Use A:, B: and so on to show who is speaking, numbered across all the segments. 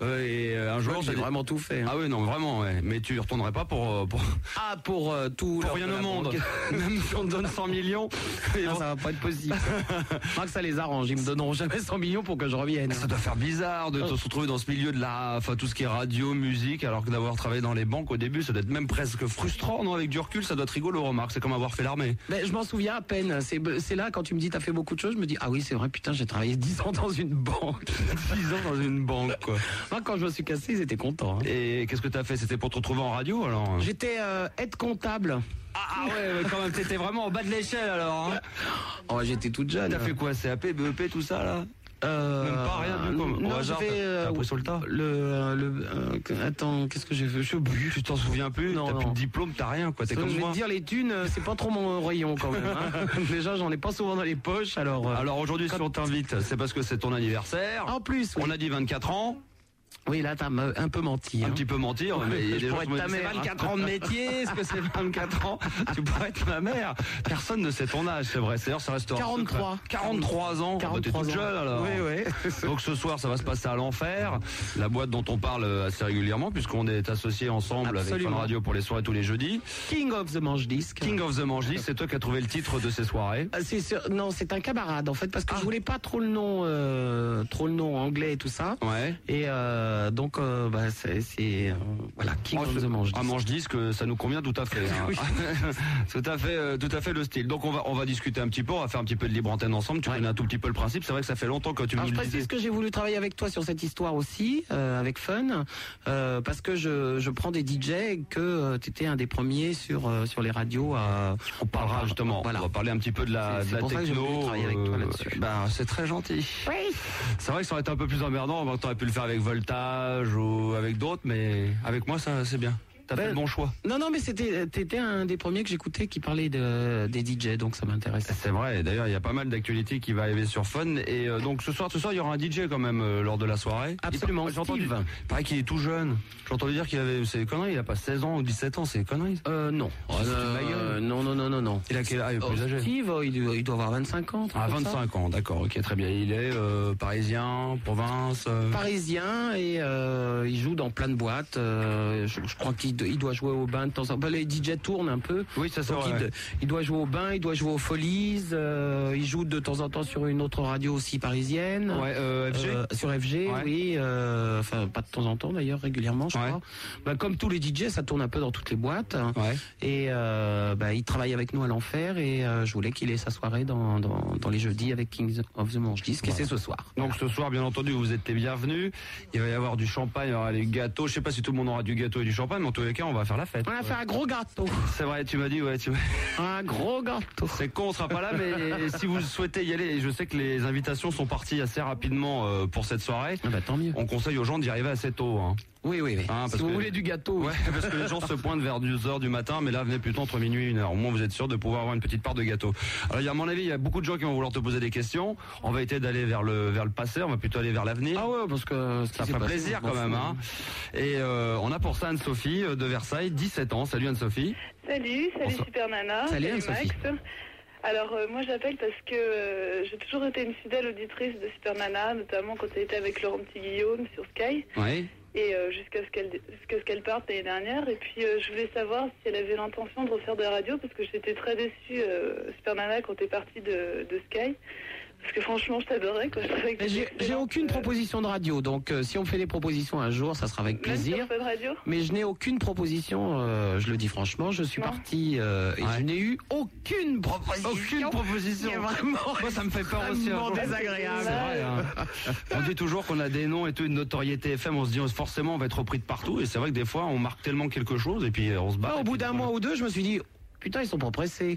A: Euh, et euh, un
B: Je
A: jour,
B: crois que
A: j'ai
B: j'ai vraiment tout fait. hein.
A: Ah oui, non, vraiment, ouais. Mais tu retournerais pas pour euh, pour,
B: Ah, pour euh, tout.
A: pour
B: leur
A: rien
B: de
A: au
B: la
A: monde.
B: banque.
A: Même si on te donne 100 millions. et
B: Ah,
A: bon,
B: ça va pas être possible. Je crois que ça les arrange. Ils me donneront jamais 100 millions pour que je revienne.
A: Ça doit faire bizarre de te retrouver dans ce milieu de la, enfin tout ce qui est radio, musique, alors que d'avoir travaillé dans les banques au début, ça doit être même presque frustrant, non Avec du recul, ça doit être rigolo, remarque. C'est comme avoir fait l'armée.
B: Ben, je m'en souviens à peine. C'est c'est là, quand tu me dis t'as fait beaucoup de choses, je me dis ah oui, c'est vrai, putain, j'ai travaillé 10 ans dans une banque.
A: 10 ans dans une banque, quoi.
B: Moi, quand je me suis cassé, ils étaient contents. hein.
A: Et qu'est-ce que t'as fait C'était pour te retrouver en radio, alors
B: J'étais euh, aide comptable.
A: Ah, ah ouais, ouais, quand même, t'étais vraiment en bas de l'échelle, alors. hein.
B: Oh, j'étais toute jeune.
A: T'as fait quoi CAP, BEP, E tout ça, là
B: Euh,
A: Même pas rien du tout.
B: Non,
A: Ah, Au
B: j'ai
A: hasard,
B: fait,
A: t'as-
B: euh,
A: t'as appris sur le tas
B: Le, euh, le, euh, que- attends, qu'est-ce que j'ai fait Je bu.
A: Tu t'en souviens plus
B: Non,
A: T'as plus
B: non.
A: de diplôme, t'as rien, quoi. T'es
B: Je
A: comme
B: vais
A: moi.
B: te dire, les thunes, euh, c'est pas trop mon rayon quand même. hein. Déjà, j'en ai pas souvent dans les poches, alors. euh,
A: Alors aujourd'hui, si on t'invite, c'est parce que c'est ton anniversaire.
B: en plus, oui,
A: On a dit 24 ans.
B: Oui, là, t'as me- un peu menti.
A: un
B: hein.
A: petit peu mentir,
B: Ouais,
A: mais il y a
B: je
A: des gens
B: pourrais
A: qui me
B: être ta
A: disent,
B: mère,
A: C'est
B: hein.
A: 24 ans de métier, est-ce que c'est 24 ans Tu pourrais être ma mère. Personne ne sait ton âge, c'est vrai. C'est D'ailleurs, ça reste hors
B: 43.
A: secret. 43 ans. Ah bah, T'es
B: 43
A: toute
B: ans.
A: jeune alors.
B: Oui, oui.
A: Donc ce soir, ça va se passer à l'enfer. La boîte dont on parle euh, assez régulièrement, puisqu'on est associés ensemble avec Fun
B: Absolument.
A: Radio pour les soirées tous les jeudis.
B: King of the Manche Disc.
A: King of the Manche c'est toi qui as trouvé le titre de ces soirées.
B: Ah, c'est sûr- non, c'est un camarade en fait parce
A: Ah.
B: que je voulais pas trop le nom, euh, trop le nom anglais et tout ça.
A: Ouais.
B: Et euh, donc euh, bah, c'est c'est, euh, voilà King
A: Oh,
B: of
A: ce-
B: the Manche.
A: Un manche disque, euh, ça nous convient tout à fait. hein. tout à fait, euh, tout à fait le style. Donc on va, on va discuter un petit peu, on va faire un petit peu de libre antenne ensemble. Tu connais un tout petit peu le principe. C'est vrai que ça fait longtemps que tu me
B: Alors je
A: le
B: précise
A: disais.
B: que j'ai voulu travailler avec toi sur cette histoire aussi, euh, avec Fun, euh, parce que je, je prends des DJ et que tu étais un des premiers sur, euh, sur les radios à...
A: On parlera justement.
B: Voilà.
A: On va parler un petit peu de la,
B: C'est- c'est
A: de la
B: pour ça que j'ai
A: techno.
B: voulu travailler avec toi
A: euh,
B: là-dessus.
A: ben, c'est très gentil.
B: Oui
A: C'est vrai que ça aurait été un peu plus emmerdant. On aurait pu le faire avec Voltage ou avec d'autres, mais avec moi, ça, c'est bien. T'as
B: Ben,
A: fait le bon choix.
B: Non, non, mais c'était t'étais un des premiers que j'écoutais qui parlait de, des DJ, donc ça m'intéresse.
A: C'est vrai. D'ailleurs, il y a pas mal d'actualités qui va arriver sur Fun. Et euh, donc ce soir, ce soir, il y aura un DJ quand même euh, lors de la soirée.
B: Absolument,
A: Il- J'ai entendu.
B: Steve.
A: Pareil qu'il est tout jeune. J'ai entendu dire qu'il avait. C'est des conneries. Il a pas 16 ans ou 17 ans. C'est des conneries.
B: Euh, non.
A: Oh, c'est
B: Euh,
A: une bagueule.
B: non, non, non, non, non.
A: Il a quel âge Il est plus
B: Oh,
A: âgé.
B: Steve, oh, il, doit- il doit avoir 25 ans. un truc
A: Ah,
B: comme ça.
A: 25 ans. D'accord. Ok, très bien. Il est euh, parisien, province. euh,
B: Parisien et euh, il joue dans plein de boîtes. euh, je, je crois qu'il do- il doit jouer au bain de temps en temps. Les DJ tournent un peu.
A: Oui, ça c'est
B: Donc, il,
A: vrai.
B: de- il doit jouer au bain, il doit jouer aux Folies, euh, il joue de temps en temps sur une autre radio aussi parisienne.
A: Ouais, euh, FG.
B: Euh, sur FG,
A: Ouais.
B: oui, euh, enfin pas de temps en temps d'ailleurs, régulièrement, je
A: Ouais.
B: crois. Bah, comme tous les DJ, ça tourne un peu dans toutes les boîtes. hein.
A: Ouais.
B: Et euh, bah, il travaille avec nous à l'enfer et euh, je voulais qu'il ait sa soirée dans, dans, dans les jeudis avec Kings of the Manche Disc et c'est ce soir.
A: Donc ce soir, bien entendu, vous êtes les bienvenus. Il va y avoir du champagne, il y aura des gâteaux. Je sais pas si tout le monde aura du gâteau et du champagne, mais en tous les cas, on va faire la fête.
B: On a fait un gros gâteau.
A: C'est vrai, tu m'as dit, ouais, tu m'as-
B: Un gros gâteau.
A: C'est con, on sera pas là, mais si vous souhaitez y aller, et je sais que les invitations sont parties assez rapidement euh, pour cette soirée.
B: Ah bah tant mieux.
A: On conseille aux gens d'y arriver assez tôt. Hein.
B: Oui, oui, oui.
A: Ah, parce
B: si vous
A: que-
B: voulez du gâteau,
A: Ouais, parce que les gens se pointent vers 2h du matin, mais là, venez plutôt entre minuit et 1h. Au moins, vous êtes sûr de pouvoir avoir une petite part de gâteau. Alors, il y a, à mon avis, il y a beaucoup de gens qui vont vouloir te poser des questions. On va essayer d'aller vers le, vers le passé, on va plutôt aller vers l'avenir.
B: Ah ouais, parce que
A: Ça fait plaisir quand même, hein. Et euh, on a pour ça Anne-Sophie euh, de Versailles, 17 ans. Salut Anne-Sophie.
C: Salut, salut
A: Bonsoir.
C: Super Nana.
B: Salut, Anne-Sophie.
C: Max. Alors euh, moi j'appelle parce que euh, j'ai toujours été une fidèle auditrice de Super Nana, notamment quand elle était avec Laurent Petit Guillaume sur Sky,
A: Oui.
C: et euh, jusqu'à ce qu'elle jusqu'à ce qu'elle parte l'année dernière. Et puis euh, je voulais savoir si elle avait l'intention de refaire de la radio parce que j'étais très déçue euh, Super Nana quand t'es partie de, de Sky, parce que franchement je t'adorais quand je savais que
B: Mais J'ai
C: t'étais
B: j'ai
C: excellente,
B: aucune
C: euh,
B: proposition de radio, donc euh, si on me fait des propositions un jour, ça sera avec
C: même sur
B: plaisir.
C: Fun radio.
B: Mais je n'ai aucune proposition, euh, je le dis franchement, je suis
C: Non.
B: parti euh, et
A: Ouais.
B: je n'ai eu aucune proposition.
A: Aucune proposition.
B: C'est vraiment
A: Moi, ça me fait peur aussi.
B: extrêmement
A: hein.
B: désagréable.
A: C'est vrai, hein. On dit toujours qu'on a des noms et tout, une notoriété FM. On se dit oh, forcément on va être repris de partout. Et c'est vrai que des fois on marque tellement quelque chose et puis euh, on se bat.
B: Bah,
A: Et
B: au bout
A: puis,
B: d'un
A: voilà.
B: mois ou deux, je me suis dit, putain, ils sont pas pressés.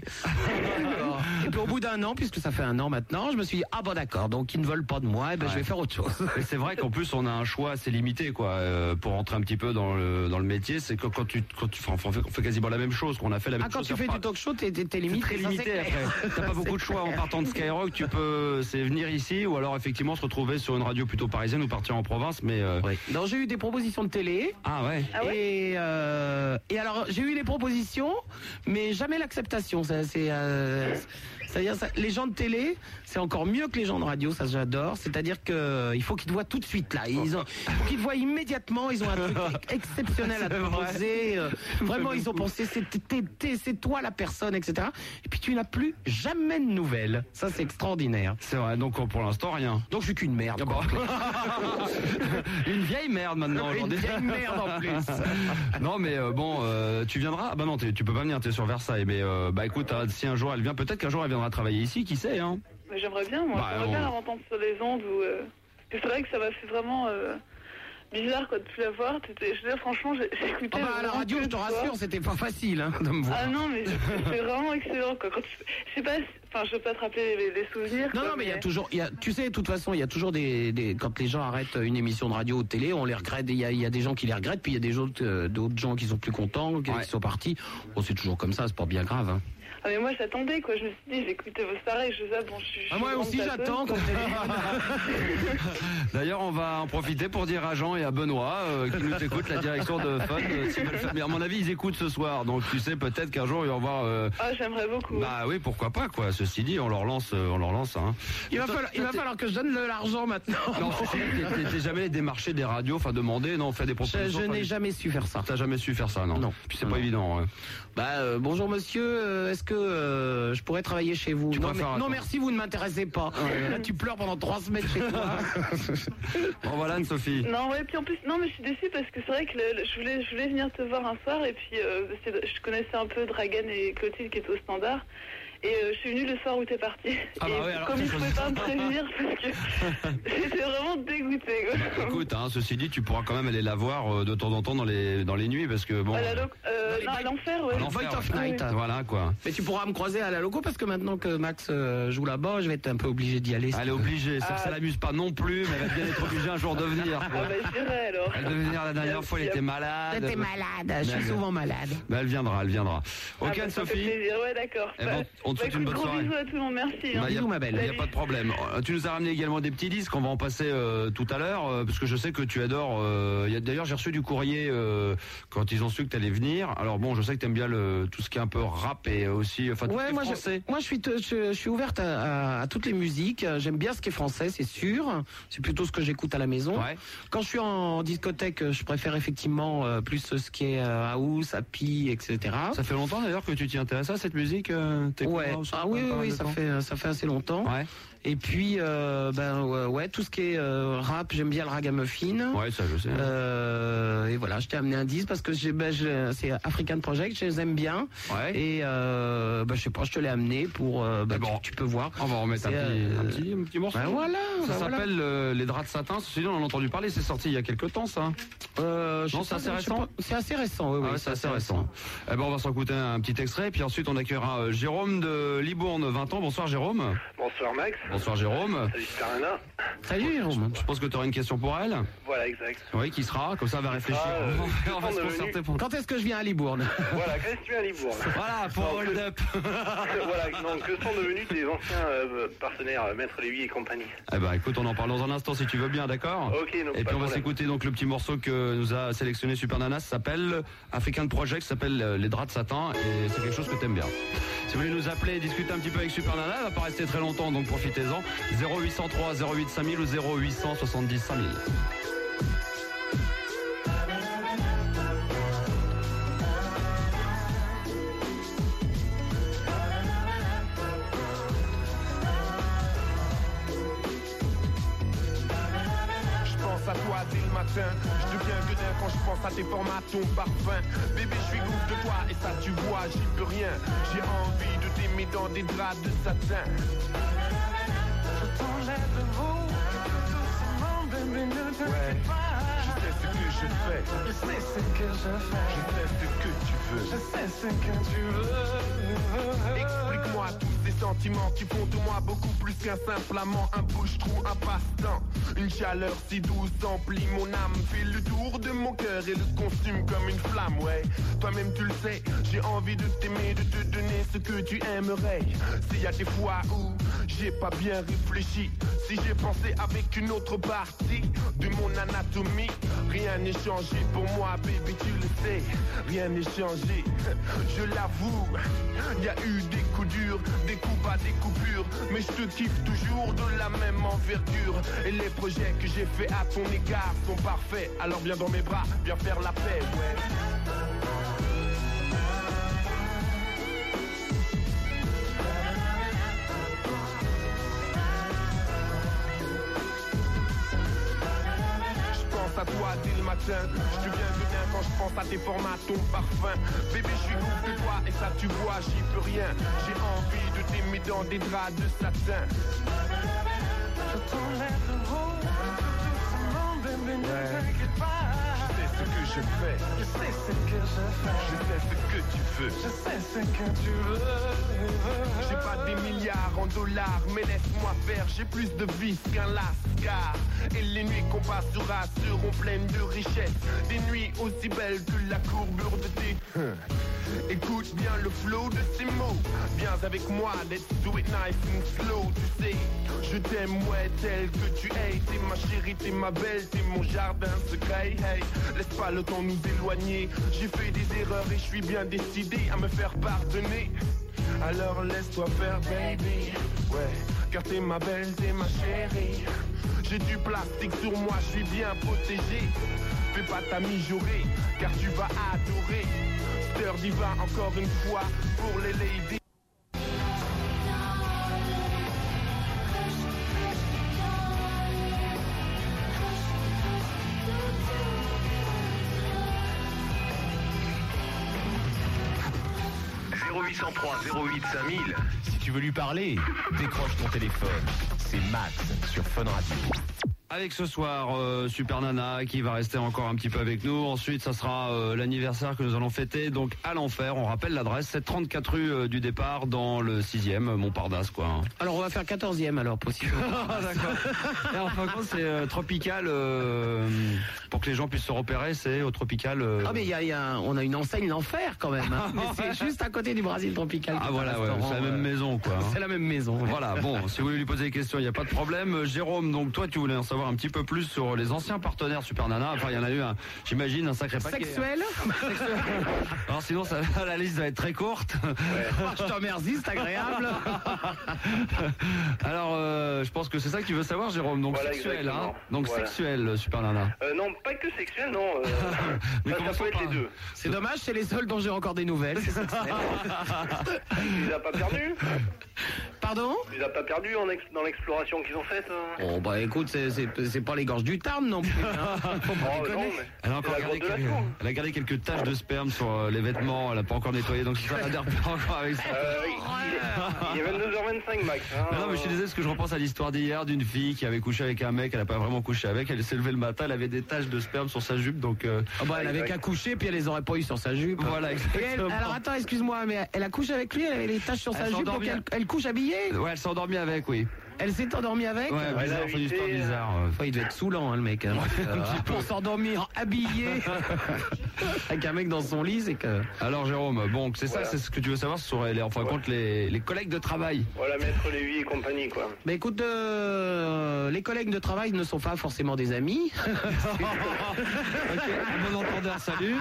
B: D'accord. et puis au bout d'un an, puisque ça fait un an maintenant, je me suis dit, ah bon d'accord, donc ils ne veulent pas de moi, et ben, je
A: Ouais.
B: vais faire autre chose.
A: Et c'est vrai qu'en plus on a un choix assez limité quoi euh, pour entrer un petit peu dans le dans le métier. C'est que quand tu quand tu enfin, on fait, on fait quasiment la même chose qu'on a fait la même
B: Ah, quand
A: chose.
B: tu
A: sur
B: fais
A: Pra-
B: du talk show, t'es t'es- t'es limité.
A: très
B: ça, c'est
A: limité
B: clair.
A: après. T'as pas beaucoup de choix en partant de Skyrock. Tu peux c'est venir ici ou alors effectivement se retrouver sur une radio plutôt parisienne ou partir en province. Mais euh,
B: Ouais. Non, j'ai eu des propositions de télé.
A: ah ouais.
C: Ah ouais
B: et, euh, et alors j'ai eu les propositions, mais jamais l'acceptation. Ça, C'est euh, C'est-à-dire, ça- les gens de télé, c'est encore mieux que les gens de radio, ça j'adore. C'est-à-dire que euh, il faut qu'ils te voient tout de suite là. Ils ont, faut qu'ils te voient immédiatement. Ils ont un truc ex- exceptionnel à te
A: C'est vrai.
B: proposer. euh, Vraiment, ils ont pensé, c'est t'es- t'es- c'est toi la personne, etc. Et puis tu n'as plus jamais de nouvelles. Ça, c'est extraordinaire.
A: C'est vrai, donc pour l'instant rien.
B: Donc je suis qu'une merde.
A: Ah
B: quoi.
A: bon. Une vieille merde maintenant
B: Une
A: aujourd'hui.
B: vieille merde en plus.
A: Non mais euh, bon, euh, tu viendras. Ah bah non, t'es- tu peux pas venir, t'es sur Versailles. Mais euh, bah écoute, hein, si un jour elle vient, peut-être qu'un jour elle viendra travailler ici, qui sait hein.
C: Mais J'aimerais bien, moi.
A: Bah,
C: J'aimerais
A: on-
C: bien la rencontrer sur les ondes. Où, euh, parce que c'est vrai que ça m'a fait vraiment euh, bizarre quoi, de plus la voir. T'étais- Je veux dire, franchement, j'ai j'ai écouté.
B: Ah bah, à la
C: vraiment
B: radio,
C: que
B: je te
C: toi.
B: rassure, c'était pas facile hein, de me voir.
C: Ah non, mais c'est vraiment excellent. Quoi. Quand tu- Je sais pas, si- enfin, je veux pas te rappeler les, les souvenirs.
B: Non,
C: quoi,
B: non, mais il y a toujours, il y a- tu sais, de toute façon, il y a toujours des, des- quand les gens arrêtent une émission de radio ou de télé, on les regrette. et Il y a, il y a des gens qui les regrettent, puis il y a des autres, euh, d'autres gens qui sont plus contents, qui
A: Ouais.
B: sont partis. Bon, c'est toujours comme ça, c'est pas bien grave. hein.
C: Ah, mais moi, j'attendais, quoi. Je me suis dit, j'écoutais vos soirées. Je sais, bon, je suis. je
B: Ah,
C: suis grande tâteuse.
A: D'ailleurs, on va en profiter pour dire à Jean et à Benoît euh, qui nous écoutent, la direction de Fun. euh, s'ils veulent faire- mais à mon avis, ils écoutent ce soir. Donc tu sais, peut-être qu'un jour ils vont voir. euh,
C: Ah, j'aimerais beaucoup.
A: bah oui, pourquoi pas quoi. Ceci dit, on leur lance, euh, on leur lance. Hein.
B: Il va,
A: Toi,
B: falloir, il va
A: toi,
B: falloir que je donne de l'argent maintenant.
A: t'es- Non, ceci dit, t'es- t'es- t'es jamais démarché des radios, enfin demandé, non, fait des
B: Je,
A: propositions.
B: je
A: enfin,
B: n'ai
A: tu-
B: jamais su faire ça.
A: T'as jamais su faire ça, non
B: Non.
A: Puis c'est
B: Non,
A: pas
B: non.
A: évident. hein. ouais.
B: Bah, euh, bonjour monsieur, euh, est-ce que euh, je pourrais travailler chez vous
A: Tu
B: non,
A: préfères
B: mais-
A: attendre.
B: non, merci, vous ne m'intéressez pas. Là, tu pleures pendant trois semaines chez toi.
A: Bon voilà, Anne-Sophie.
C: Non, ouais, puis en plus, non, mais je suis déçue parce que c'est vrai que le- le- je, voulais, je voulais venir te voir un soir et puis euh, c'est- je connaissais un peu Dragan et Clotilde qui étaient au standard. Et euh, je suis venue le soir où t'es parti.
A: Ah bah
C: et
A: ouais, alors
C: comme
A: t'as
C: ils
A: choisi
C: pouvaient pas me prévenir parce que j'étais vraiment dégoûtée. quoi.
A: Écoute, hein, ceci dit, tu pourras quand même aller la voir euh, de temps en temps dans les, dans les nuits parce que bon.
C: Voilà, donc, euh, non, à l'enfer, ouais.
A: à
B: Void
A: l'enfer,
B: of
A: ouais.
B: Night.
A: hein. Voilà quoi.
B: Mais tu pourras me croiser à la loco parce que maintenant que Max euh, joue là-bas, je vais être un peu obligé d'y aller.
A: Elle est obligée, ça,
C: Ah.
A: ça l'amuse pas non plus, mais elle va bien être obligée un jour de venir.
C: Ah
A: quoi.
C: bah, je dirais alors.
A: Elle devait venir la dernière fois, elle était malade.
B: T'es malade, je suis
A: D'accord.
B: souvent malade.
A: Bah, elle viendra, elle viendra.
C: Ah
A: Ok,
C: bah, ça fait
A: Anne-Sophie.
C: plaisir, Ouais, d'accord.
A: Eh
C: Bah,
A: ben, on te souhaite une
C: écoute,
A: bonne
C: gros
A: soirée.
C: bisous à tout le monde, merci. hein.
A: Bah, y a-
B: Bisous, ma belle.
A: y a pas de problème. Euh, Tu nous as ramené également des petits disques, on va en passer euh, tout à l'heure, euh, parce que je sais que tu adores. euh, y a- D'ailleurs, j'ai reçu du courrier euh, quand ils ont su que t'allais venir. Alors bon, je sais que t'aimes bien le, tout ce qui est un peu rap et aussi. euh, Enfin, tout ce qui
B: Ouais,
A: est
B: moi
A: français.
B: je, moi je suis te- je, je suis ouverte à, à- à toutes les musiques. J'aime bien ce qui est français, c'est sûr. C'est plutôt ce que j'écoute à la maison.
A: Ouais.
B: Quand je suis en discothèque, je préfère effectivement euh, plus ce qui est euh, house, happy, etc.
A: Ça fait longtemps d'ailleurs que tu t'y intéresses à cette musique. euh, t'écoutes
B: Ouais.
A: ça aussi,
B: Ah oui,
A: pas
B: oui,
A: mal
B: oui,
A: de
B: ça
A: temps
B: fait ça fait assez longtemps.
A: Ouais.
B: Et puis euh, ben ouais, ouais, tout ce qui est euh, rap, j'aime bien le ragamuffin.
A: Ouais, ça je sais.
B: Euh, et voilà, je t'ai amené un disque parce que j'ai, ben, je- c'est African Project, je les aime bien.
A: ouais.
B: Et euh, ben, je sais pas, je te l'ai amené pour. euh, ben,
A: C'est bon.
B: tu, tu peux voir.
A: On va en remettre un petit,
B: c'est, euh,
A: un, petit, un petit morceau.
B: Ben voilà,
A: Ça
B: ben voilà.
A: s'appelle euh, Les Draps de Satin. Celui-là, on en a entendu parler, c'est sorti il y a quelques temps, ça.
B: Euh, je
A: Non,
B: sais
A: c'est
B: pas,
A: assez
B: je sais
A: récent
B: pas. C'est assez récent, oui,
A: Ah
B: oui,
A: ouais, c'est assez récent. Eh ben, on va s'en écouter un petit extrait, puis ensuite on accueillera euh, Jérôme de Libourne, 20 ans. Bonsoir Jérôme.
D: Bonsoir Max.
A: Bonsoir Jérôme.
D: Salut Starana.
B: Salut, Jérôme.
A: Je pense que tu auras une question pour elle.
D: Voilà, exact.
A: Oui, qui sera. Comme ça, elle va réfléchir.
D: Ah, euh,
A: on va se
D: de venue.
A: concerter pour.
B: Quand est-ce que je viens à Libourne
D: Voilà, qu'est-ce que tu es à Libourne
A: Voilà, pour
D: Non,
A: Hold Up.
D: Voilà, donc que sont devenus tes anciens euh, partenaires, euh, Maître Lévy et compagnie
A: Eh ben, écoute, on en parle dans un instant si tu veux bien, d'accord
D: Ok, donc pas de
A: Et puis on va
D: problème.
A: s'écouter donc le petit morceau que nous a sélectionné Super Nana, ça s'appelle African Project, ça s'appelle euh, Les Draps de Satin, et c'est quelque chose que t'aimes bien. Si vous voulez nous appeler et discuter un petit peu avec Super Nana, elle va pas rester très longtemps, donc profitez-en. 0803 08 5000 ou 0870 5000.
E: Je pense à toi dès le matin. Je deviens gueudin quand je pense à tes formats, ton parfum. Bébé, je suis ouf de toi et ça tu vois, j'y peux rien. J'ai envie de t'aimer dans des draps de satin.
F: Je t'enlève le mot, doucement, bébé, ne te
E: Ouais.
F: fais
E: Je
F: pas.
E: sais ce que je fais,
F: Je sais ce que je
E: je
F: fais,
E: sais ce que tu veux.
F: je sais ce que tu veux.
E: Explique-moi tous ces sentiments qui font de moi beaucoup plus qu'un simple amant, un bouche-trou, un passe-temps. Une chaleur si douce emplit mon âme, fait le tour de mon cœur et le consume comme une flamme, ouais. Toi-même tu le sais, j'ai envie de t'aimer, de te donner ce que tu aimerais. S'il y a des fois où j'ai pas bien réfléchi, si j'ai pensé avec une autre partie de mon anatomie, rien Rien n'est changé pour moi, baby, tu le sais. Rien n'est changé, je l'avoue. Y a eu des coups durs, des coups bas, des coupures. Mais je te kiffe toujours de la même envergure. Et les projets que j'ai faits à ton égard sont parfaits. Alors viens dans mes bras, viens faire la paix, ouais. Je pense à toi dès le matin. Je deviens vilain quand je pense à tes formats, ton parfum. Bébé, je suis ouf de toi et ça tu vois, j'y peux rien. J'ai envie de t'aimer dans des draps de satin.
F: Je t'enlève le haut, tout doucement, bébé, ne t'inquiète pas.
E: Je sais ce que je fais,
F: Je sais ce que je fais,
E: je sais ce que
F: je sais ce
E: tu veux.
F: que tu veux.
E: J'ai pas des milliards en dollars, mais laisse-moi faire, j'ai plus de vis qu'un lascar. Et les nuits qu'on passera seront pleines de richesses, des nuits aussi belles que la courbure de tes. Écoute bien le flow de ces mots, viens avec moi, let's do it nice and slow, tu sais. Je t'aime, ouais, tel que tu es, t'es ma chérie, t'es ma belle, t'es mon jardin secret, hey. Laisse pas le temps nous éloigner, j'ai fait des erreurs et je suis bien décidé à me faire pardonner. Alors laisse-toi faire, baby. Ouais, car t'es ma belle, t'es ma chérie. J'ai du plastique sur moi, je suis bien protégé. Fais pas ta mijaurée, car tu vas adorer. Stir Diva encore une fois pour les ladies.
G: Si tu veux lui parler, décroche ton téléphone. C'est Max sur Fun Radio.
A: Avec ce soir, euh, Super Nana qui va rester encore un petit peu avec nous. Ensuite, ça sera euh, l'anniversaire que nous allons fêter, donc à l'enfer. On rappelle l'adresse, c'est 34 rue euh, du départ dans le 6e, euh, Montparnasse, quoi. hein.
B: Alors on va faire 14e alors, possible.
A: Ah, d'accord. Et en fin de compte, c'est euh, tropical. euh, pour que les gens puissent se repérer, c'est au tropical. euh,
B: Ah mais il y a, il y a un- on a une enseigne l'enfer quand même. hein. Mais
A: Ah, ouais.
B: c'est juste à côté du Brésil tropical.
A: Ah
B: C'est un
A: voilà, ouais,
B: restaurant,
A: c'est la même
B: euh,
A: maison, quoi. hein.
B: C'est la même maison. ouais.
A: Voilà, bon, si vous voulez lui poser des questions, il n'y a pas de problème. Euh, Jérôme, donc toi, tu voulais en savoir un petit peu plus sur euh, les anciens partenaires Super Nana. Enfin, il y en a eu un, j'imagine, un sacré paquet.
B: Sexuel
A: Alors sinon, ça, la liste va être très courte.
B: Ah, Je t'emmerzie, c'est agréable.
A: Alors, euh, je pense que c'est ça que tu veux savoir, Jérôme. Donc
D: Voilà,
A: sexuel, hein.
D: exactement.
A: Donc
D: Voilà.
A: sexuel, euh, Super Nana.
D: Euh, non, pas que sexuel, non. euh,
A: Mais
D: ça, ça
A: commençons
D: peut être
A: par-
D: les deux.
B: C'est dommage, c'est les seuls dont j'ai encore des nouvelles.
D: Tu les as pas perdus
B: Pardon
D: Tu les as pas perdus en ex- dans l'exploration qu'ils ont faite hein
B: Bon bah écoute, c'est- c'est c'est pas les gorges du Tarn non plus. hein. Faut pas
D: Oh,
B: déconner.
D: non, mais
A: Elle a
D: c'est
A: encore
D: la
A: gardé
D: grotte de la
A: quelques,
D: cour.
A: elle a gardé quelques taches de sperme sur euh, les vêtements, elle n'a pas encore nettoyé, donc ça n'adhère pas encore avec ça.
D: Euh, il, il est 22h25 max. hein.
A: Non, non, mais je suis désolé parce que je repense à l'histoire d'hier d'une fille qui avait couché avec un mec, elle n'a pas vraiment couché avec, elle s'est levée le matin, elle avait des taches de sperme sur sa jupe, donc euh,
B: Ah bah, elle avait qu'à coucher, puis elle les aurait pas eu sur sa jupe.
A: voilà,
B: Et elle-
A: exactement.
B: alors attends, excuse-moi, mais elle a couché avec lui, elle avait les taches sur
A: Elle
B: sa jupe, donc
A: s'endormit.
B: elle, elle couche habillée
A: Ouais, elle s'est endormie avec, oui.
B: Elle s'est endormie avec
A: Ouais,
D: elle
A: bizarre,
D: a
A: c'est une histoire
D: invité, euh,
A: bizarre. euh.
B: Ouais, Il devait être saoulant, hein, le mec. hein. Pour s'endormir habillé avec un mec dans son lit, c'est que...
A: Alors Jérôme, bon, c'est
D: Voilà.
A: ça, c'est ce que tu veux savoir sur les, en fin de compte, les, les collègues de travail.
D: Voilà, maître Lévy et compagnie, quoi.
B: Mais écoute, euh, les collègues de travail ne sont pas forcément des amis.
A: Ok,
B: Ah,
A: un bon entendeur, salut.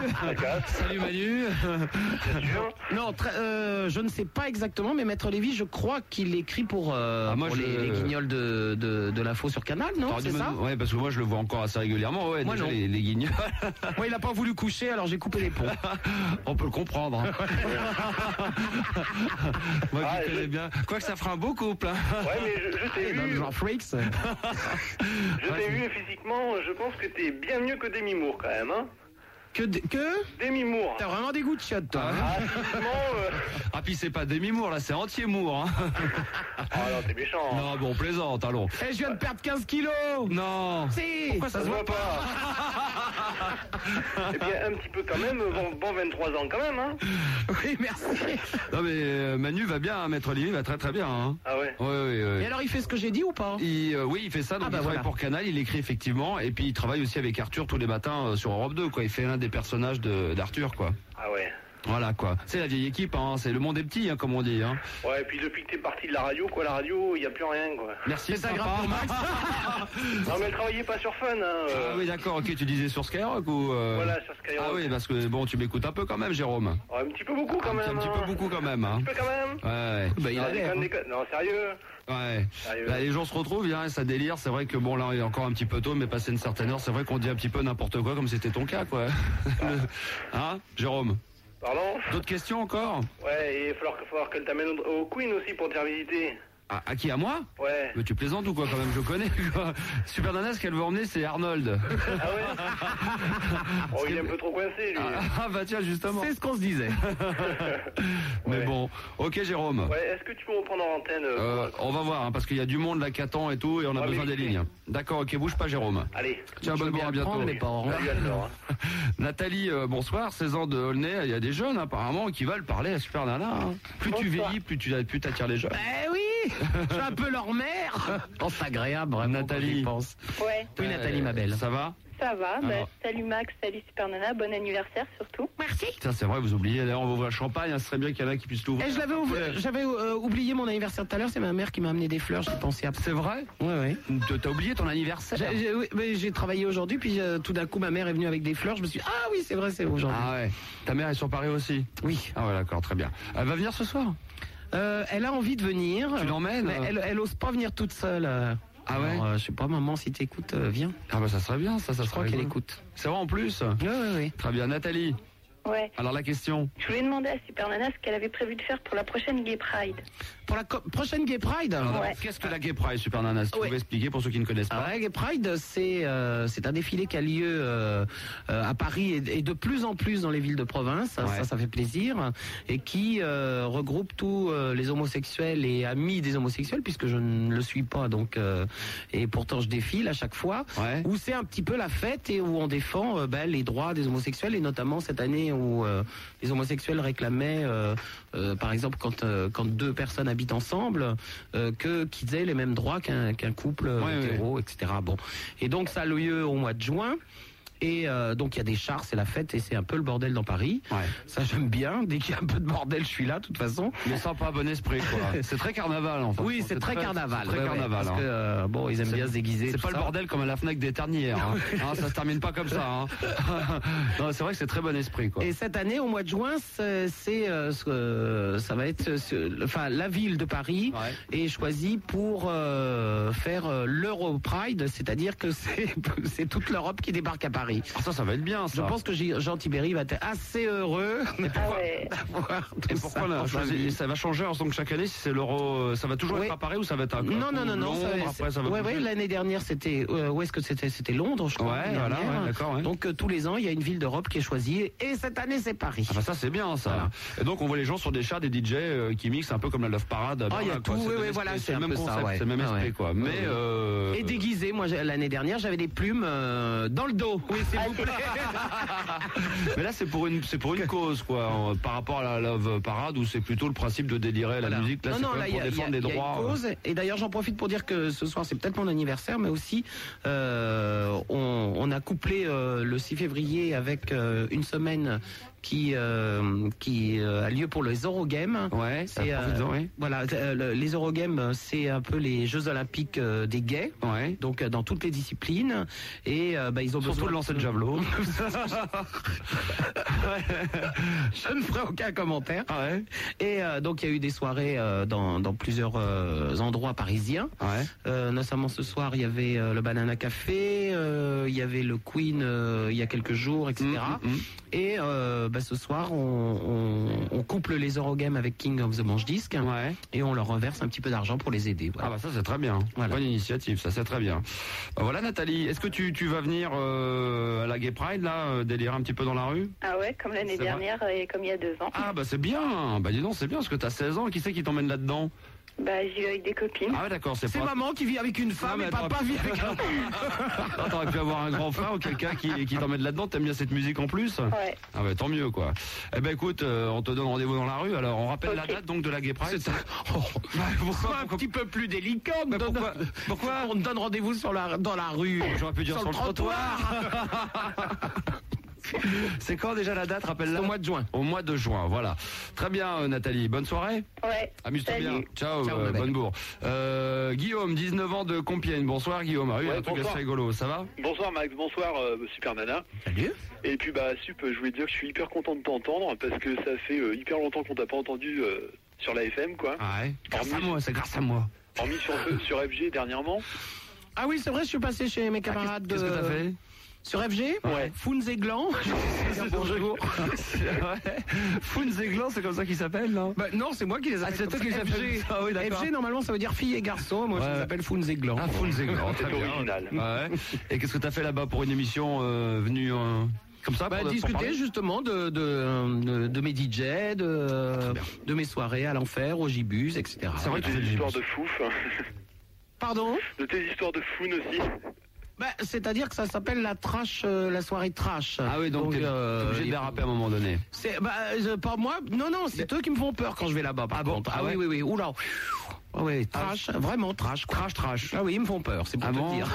A: salut Manu.
D: Sûr
B: Non, très- euh, je ne sais pas exactement, mais Maître Lévy, je crois qu'il écrit pour, euh,
A: Ah, moi,
B: pour
A: je-
B: les, les guignols de, de, de l'info sur Canal, non
A: T'aurais dû
B: C'est
A: me-
B: ça
A: Ouais, parce que moi je le vois encore assez régulièrement. Ouais,
B: Moi,
A: déjà,
B: non.
A: les, les guignols,
B: Moi, il n'a pas voulu coucher, alors j'ai coupé les ponts.
A: on peut le comprendre. hein. moi je
D: Ah,
A: connais
D: je-
A: bien. Quoique ça fera un beau couple. hein.
D: Ouais, mais je, je t'ai vu,
B: Genre freaks.
D: je t'ai vu et physiquement, je pense que t'es bien mieux que Demi Moore quand même. Hein.
B: Que, que
D: Demi Moore.
B: T'as vraiment des goûts de chiottes, toi. hein
D: Ah, physiquement, euh,
A: Ah, puis c'est pas demi-mour là, c'est entier-mour. hein.
D: Ah non, t'es méchant. hein.
A: Non, bon, on plaisante, allons.
B: Eh, je viens de perdre 15 kilos
A: Non.
B: Si
D: Ça se voit pas. Eh bien, un petit peu quand même, bon, bon 23 ans quand même, hein
B: Oui, merci.
A: Non, mais euh, Manu va bien, hein, Maître Lévy va très très bien. Hein.
D: Ah ouais
A: Ouais, ouais, ouais.
B: Et alors, il fait ce que j'ai dit ou pas
A: Il, euh, oui, il fait ça, donc
B: Ah bah
A: il travaille
B: voilà.
A: pour Canal, il écrit effectivement, et puis il travaille aussi avec Arthur tous les matins euh, sur Europe 2, quoi. Il fait l'un des personnages de- d'Arthur, quoi.
D: Ah ouais.
A: Voilà quoi. C'est la vieille équipe, hein. c'est le monde est petit, hein, comme on dit. Hein.
D: Ouais, et puis depuis que t'es parti de la radio, quoi, la radio, il n'y a plus rien, quoi.
A: Merci, c'est sympa.
D: Non, mais travaillez pas sur Fun, hein. euh,
A: Ah oui, d'accord, ok, tu disais sur Skyrock ou. euh,
D: Voilà, sur Skyrock.
A: Ah oui, parce que bon, tu m'écoutes un peu quand même, Jérôme.
D: Un petit peu beaucoup, quand
A: un,
D: même.
A: un petit peu
D: hein.
A: beaucoup quand même. Hein.
D: Un petit peu, quand même.
A: Ouais,
B: Bah,
A: ouais.
D: non,
B: hein.
D: déconne, déconne. Non, sérieux. hein.
A: Ouais.
D: Sérieux.
A: Bah, les gens se retrouvent, il y a ça délire. C'est vrai que bon, là, il est encore un petit peu tôt, mais passé une certaine heure, c'est vrai qu'on dit un petit peu n'importe quoi, comme c'était ton cas, quoi.
D: Ah.
A: hein, Jérôme
D: Pardon
A: D'autres questions encore
D: Ouais, et il va falloir, falloir qu'elle t'amène au, au Queen aussi pour te faire visiter.
A: à, Ah, à qui À moi
D: Ouais.
A: mais tu plaisantes ou quoi quand même Je connais quoi. Super Nana, ce qu'elle veut emmener, c'est Arnold.
D: Ah ouais Oh, il est un peu trop coincé, lui.
A: Ah bah tiens, justement.
B: C'est ce qu'on se disait.
A: Mais
D: Ouais.
A: bon, ok Jérôme.
D: Ouais, est-ce que tu peux reprendre en antenne euh,
A: Euh, on va voir, hein, parce qu'il y a du monde là qui attend et tout, et on a
D: Ouais,
A: besoin
D: mais-
A: des lignes. D'accord, ok, bouge pas Jérôme.
D: Allez.
A: Tiens, bonne
B: bien
A: à bientôt.
B: prendre, mais pas en rond.
D: Salut, Anne-Laure, hein.
A: Nathalie, euh, bonsoir, 16 ans de Aulnay, il y a des jeunes apparemment qui veulent parler à Super Nana. hein. Plus tu vieillis, plus tu plus t'attires les jeunes.
B: Eh oui Je suis un peu leur mère Oh, c'est agréable, vraiment,
A: Nathalie.
B: quand j'y pense.
C: Ouais,
B: Oui, Nathalie, ma belle.
A: Ça va
C: ça va. bah,
A: Alors.
C: salut Max, salut Super Nana, bon anniversaire surtout.
B: Merci.
A: Putain, c'est vrai, vous oubliez. D'ailleurs, on va ouvrir le champagne, hein, ce serait bien qu'il y en a qui puissent l'ouvrir.
B: Eh, je l'avais oublié- j'avais euh, oublié mon anniversaire tout à l'heure, c'est ma mère qui m'a amené des fleurs, j'ai pensé à...
A: C'est vrai
B: Ouais, ouais.
A: T'as- T'as oublié ton anniversaire
B: J'ai- j'ai- oui, mais J'ai travaillé aujourd'hui, puis euh, tout d'un coup, ma mère est venue avec des fleurs. Je me suis dit, ah oui, c'est vrai, c'est aujourd'hui.
A: Ah ouais. Ta mère est sur Paris aussi
B: Oui.
A: Ah ouais, d'accord, très bien. Elle va venir ce soir
B: Euh, elle a envie de venir.
A: Tu l'emmènes euh
B: Mais elle, elle ose pas venir toute seule. euh.
A: Ah ouais
B: Alors, euh, Je sais pas, maman, si t'écoutes, euh, viens.
A: Ah bah ça serait bien, ça, ça
B: Je
A: serait
B: crois qu'elle
A: rigolo.
B: écoute.
A: C'est vrai en plus
B: Oui, oui, oui.
A: Très bien, Nathalie.
C: Ouais,
A: Alors la question
C: je voulais demander à Super Nana ce qu'elle avait prévu de faire pour la prochaine Gay Pride.
B: Pour la co- prochaine Gay Pride.
A: Alors,
C: Ouais.
A: Qu'est-ce que la Gay Pride, Super Nana Si tu
B: Ouais.
A: pouvais expliquer pour ceux qui ne connaissent pas.
B: Alors, la Gay Pride, c'est euh, c'est un défilé qui a lieu euh, euh, à Paris et, et de plus en plus dans les villes de province.
A: Ouais.
B: Ça, ça fait plaisir. Et qui euh, regroupe tous euh, les homosexuels et amis des homosexuels, puisque je ne le suis pas. Donc, euh, et pourtant, je défile à chaque fois.
A: Ouais.
B: Où c'est un petit peu la fête et où on défend euh, ben, les droits des homosexuels et notamment cette année où euh, les homosexuels réclamaient, euh, euh, par exemple, quand euh, quand deux personnes habitent ensemble, euh, que qu'ils aient les mêmes droits qu'un qu'un couple euh,
A: Ouais, ouais.
B: hétéro, etc. Bon, et donc ça a lieu au mois de juin. Et euh, donc il y a des chars, c'est la fête et c'est un peu le bordel dans Paris.
A: Ouais.
B: Ça j'aime bien. Dès qu'il y a un peu de bordel, je suis là de toute façon.
A: Mais sympa, bon esprit, quoi. C'est très carnaval, en fait.
B: Oui, c'est très, carnaval.
A: c'est Très
B: ouais, ouais,
A: carnaval.
B: parce que
A: hein.
B: euh, bon, ils aiment bien se déguiser.
A: C'est
B: tout
A: pas le
B: ça.
A: bordel comme à la Fnac des Ternières. Hein. Hein, ça se termine pas comme ça. Hein. non, c'est vrai que c'est très bon esprit, quoi.
B: Et cette année, au mois de juin, c'est, c'est, euh, ce- euh, ça va être, euh, ce- enfin, la ville de Paris
A: Ouais.
B: est choisie pour euh, faire euh, l'Euro Pride, c'est-à-dire que c'est, c'est toute l'Europe qui débarque à Paris.
A: Ah, ça, ça va être bien, ça.
B: Je pense que Jean Jean Tibéri va être assez heureux
C: Ah ouais.
B: d'avoir tout
A: Et pourquoi
B: ça
A: on a
B: dans sa
A: choisi-
B: vie.
A: Ça va changer en donc chaque année si c'est l'euro. euh, Ça va toujours
B: Oui.
A: être à Paris ou ça va être à
B: Non, non, non, non.
A: Londres,
B: ça va-
A: après, ça va
B: ouais,
A: bouger
B: ouais, l'année dernière, c'était. euh, où est-ce que c'était C'était Londres, je crois.
A: Ouais,
B: l'année
A: voilà,
B: dernière.
A: ouais, d'accord, ouais.
B: Donc, euh, tous les ans, il y a une ville d'Europe qui est choisie. Et cette année, c'est Paris.
A: Ah bah ça c'est bien ça.
B: Voilà.
A: Et donc on voit les gens sur des chars, des DJ euh, qui mixent un peu comme la Love Parade. à
B: Ah, il y a
A: Berlin, quoi.
B: tout,
A: C'est
B: oui,
A: le
B: oui,
A: même
B: voilà,
A: esprit,
B: c'est
A: le
B: un
A: même
B: peu ça,
A: concept,
B: ouais.
A: c'est le même
B: Ah,
A: esprit
B: ouais.
A: quoi. Mais
B: Oui, oui.
A: euh,
B: Et déguisé, moi j'ai- l'année dernière j'avais des plumes euh, dans le dos. Oui, s'il vous plaît.
A: mais là c'est pour une c'est pour une cause quoi. en- par rapport à la Love Parade où c'est plutôt le principe de délirer la
B: Voilà.
A: musique. Là c'est quand même
B: il
A: pour
B: y a-
A: défendre
B: il y a-
A: des
B: il y a une
A: droits.
B: cause. Et d'ailleurs, j'en profite pour dire que ce soir, c'est peut-être mon anniversaire, mais aussi, euh, on, on a couplé euh, le 6 février avec euh, une semaine qui, euh, qui euh, a lieu pour les Eurogames.
A: Ouais.
B: C'est, euh,
A: profites-en, oui.
B: Voilà, euh, le- les Eurogames, euh, c'est un peu les Jeux Olympiques euh, des gays.
A: Ouais.
B: Donc euh, dans toutes les disciplines et euh, bah, ils ont
A: Surtout
B: besoin
A: de lancer le javelot.
B: Je ne ferai aucun commentaire.
A: Ah ouais.
B: Et euh, donc il y a eu des soirées euh, dans, dans plusieurs euh, endroits parisiens.
A: Ouais.
B: Euh, notamment ce soir, il y avait euh, le Banana Café, euh, il y avait le Queen euh, il y a quelques jours, etc.
A: Mm, mm, mm.
B: Et euh, bah, ce soir, on, on- on couple les Eurogames avec King of the Manche Disc
A: Ouais.
B: et on leur reverse un petit peu d'argent pour les aider.
A: Ah
B: voilà.
A: bah ça c'est très bien.
B: Voilà.
A: Bonne initiative, ça c'est très bien. Bah voilà Nathalie, est-ce que tu, tu vas venir euh, à la Gay Pride là, euh, délirer un petit peu dans la rue
C: Ah ouais, comme l'année
A: C'est vrai.
C: dernière et comme il y a deux ans.
A: Ah bah c'est bien, bah dis donc c'est bien parce que t'as 16 ans, qui c'est qui t'emmène là-dedans
C: Bah j'y vais avec des copines.
A: Ah ouais d'accord, c'est
B: C'est
A: pas...
B: maman qui vit avec une femme
A: mais
B: et
A: attends,
B: papa vit avec un
A: Ah, T'aurais pu avoir un grand frère ou quelqu'un qui, qui t'emmène là-dedans, t'aimes bien cette musique en plus
C: Ouais.
A: Ah bah tant mieux quoi. Eh ben écoute, euh, on te donne rendez-vous dans la rue, alors on rappelle
C: Ok.
A: la date donc de la Gay Pride Oh, bah, pourquoi,
B: un
A: pourquoi-
B: petit peu plus délicat. on me donne- on
A: Oh,
B: me donne rendez-vous sur la, dans la rue,
D: euh
A: J'aurais pu dire sur le trottoir. C'est quand déjà la date, rappelle-la
B: Au mois de juin.
A: Au mois de juin, voilà. Très bien, euh, Nathalie. Bonne soirée.
C: Ouais.
A: Amuse-toi
C: Salut.
A: bien. Ciao,
B: Ciao,
A: euh,
B: ma belle.
A: bonne bourre. Euh, Guillaume, 19 ans de Compiègne. Bonsoir, Guillaume. Ah oui,
D: Ouais,
A: un truc
D: bonsoir.
A: assez rigolo. Ça va
D: Bonsoir Max, bonsoir euh, Super Nana.
B: Salut.
D: Et puis bah Sup, euh, je voulais te dire que je suis hyper content de t'entendre parce que ça fait euh, hyper longtemps qu'on t'a pas entendu euh, sur la FM quoi.
A: Ah Ouais. Grâce à
D: Hormis-
A: moi, c'est grâce à moi.
D: Hormis sur, sur FG dernièrement.
B: Ah oui, c'est vrai, je suis passé chez mes
A: Ah,
B: camarades
A: Qu'est-ce
B: de-
A: qu'est-ce que t'as fait
B: sur FG.
A: Ouais.
B: Founes et Gland.
A: Bonjour. Founes et Gland, c'est comme ça qu'il s'appelle, non
B: Bah, non, c'est moi qui les
A: Ah,
B: appelle.
A: c'est toi
B: comme
A: qui
B: ça.
A: les appelles.
B: FG.
A: Ah oui, d'accord.
B: FG, normalement, ça veut dire fille et garçon. Moi,
A: Ouais.
B: je les appelle Founes et Gland.
A: Ah, Founes et Gland, très
D: C'est
A: bien.
D: original.
A: Ouais. Et qu'est-ce que t'as fait là-bas pour une émission euh, venue euh, comme ça
B: Bah,
A: pour- pour
B: discuter
A: parler
B: justement de, de, de, de mes DJ,
A: Ah,
B: de, de mes soirées à l'enfer, au gibus, etc.
A: C'est vrai que tu fais
D: Tes
A: du
D: histoires
A: gym.
D: de fouf.
B: Pardon
D: de tes histoires de foun aussi.
B: bah, C'est-à-dire que ça s'appelle la trash, euh, la soirée trash.
A: Ah oui, donc, t'es t'es
B: euh,
A: obligé de déraper à un moment donné.
B: c'est- bah, euh, pas moi, non, non, c'est eux qui me font peur quand je vais là-bas. Par contre.
A: Ah
B: ah
A: ouais
B: oui, oui, oui. Oula. Ah oui, trash, vraiment trash. Trash, trash. Ah oui, ils me font peur, c'est pour
A: Ah
B: te
A: bon
B: dire.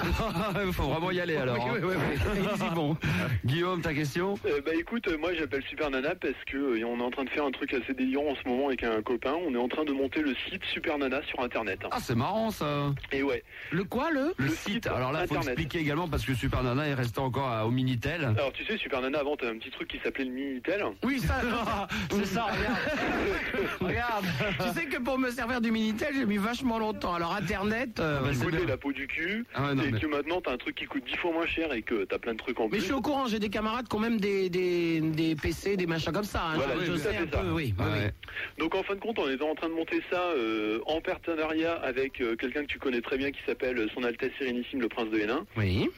A: Faut vraiment y aller alors.
B: Oui, oui, oui,
A: hein.
B: oui. Ils y vont.
A: Guillaume, ta question
D: Euh, bah écoute, euh, moi j'appelle Super Nana parce que euh, on est en train de faire un truc assez délirant en ce moment avec un copain. On est en train de monter le site Super Nana sur internet. hein.
A: Ah, c'est marrant ça.
D: Et ouais.
B: Le quoi, le
A: Le
D: Le
A: site.
D: site
A: Alors là, faut
D: Internet.
A: expliquer également parce que Super Nana est resté encore à- au Minitel.
D: Alors tu sais, Super Nana avant t'avais un petit truc qui s'appelait le Minitel.
B: Oui, ça.
A: C'est ça, regarde. regarde.
B: tu sais que pour me servir du Minitel, j'ai mis vachement longtemps. Alors, Internet. euh,
A: Ah bah, c'est
D: Coûtait
A: bien.
D: la peau du cul.
A: Ah ouais, non,
D: et
A: mais-
D: que maintenant t'as un truc qui coûte 10 fois moins cher et que t'as plein de trucs en
B: Mais
D: plus.
B: je suis au courant, j'ai des camarades qui ont même des, des, des PC, des machins comme
A: ah,
B: ça. hein.
D: Voilà,
B: je
D: tout
B: sais
D: à fait
B: un
D: ça.
B: peu, oui. oui,
A: Ouais.
D: Donc en fin de compte, on est en train de monter ça euh, en partenariat avec euh, quelqu'un que tu connais très bien qui s'appelle euh, Son Altesse Sérénissime, le Prince de Hénin.
B: oui. Oui.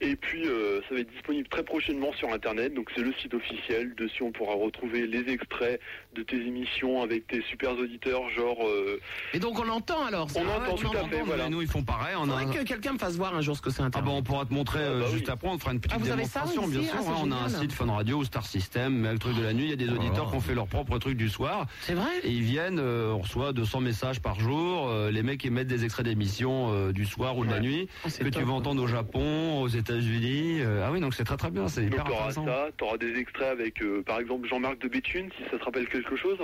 D: Et puis euh, ça va être disponible très prochainement sur Internet. Donc c'est le site officiel. Dessus, on pourra retrouver les extraits de tes émissions avec tes super auditeurs, genre. euh,
B: Et donc on entend alors. ça.
D: On
B: Ah,
D: entend
B: ouais,
D: tout à
B: entend.
D: fait, voilà.
A: Et nous, ils font pareil. On a...
B: Faudrait que quelqu'un me fasse voir un jour ce que c'est
A: Ah
B: Internet.
A: bah on pourra te montrer euh,
D: Ah bah oui.
A: juste après, on te fera une petite
B: Ah, vous avez ça,
A: démonstration
B: ici
A: bien
B: Ah,
A: sûr.
B: c'est
A: ouais, on a un
B: génial.
A: site Fun Radio, Star System, mais le truc de la nuit, il y a des auditeurs qui ont fait leur propre truc du soir.
B: C'est vrai
A: Et ils viennent, euh, on reçoit 200 messages par jour. euh, les mecs émettent des extraits d'émissions euh, du soir ou de la nuit
B: Ah,
A: que
B: c'est
A: tu
B: top.
A: vas entendre au Japon, aux États-Unis. euh, ah oui, donc c'est très très bien, c'est
D: donc
A: hyper
D: t'auras
A: intéressant.
D: ça, t'auras des extraits avec euh, par exemple Jean-Marc de Béthune, si ça te rappelle quelque chose.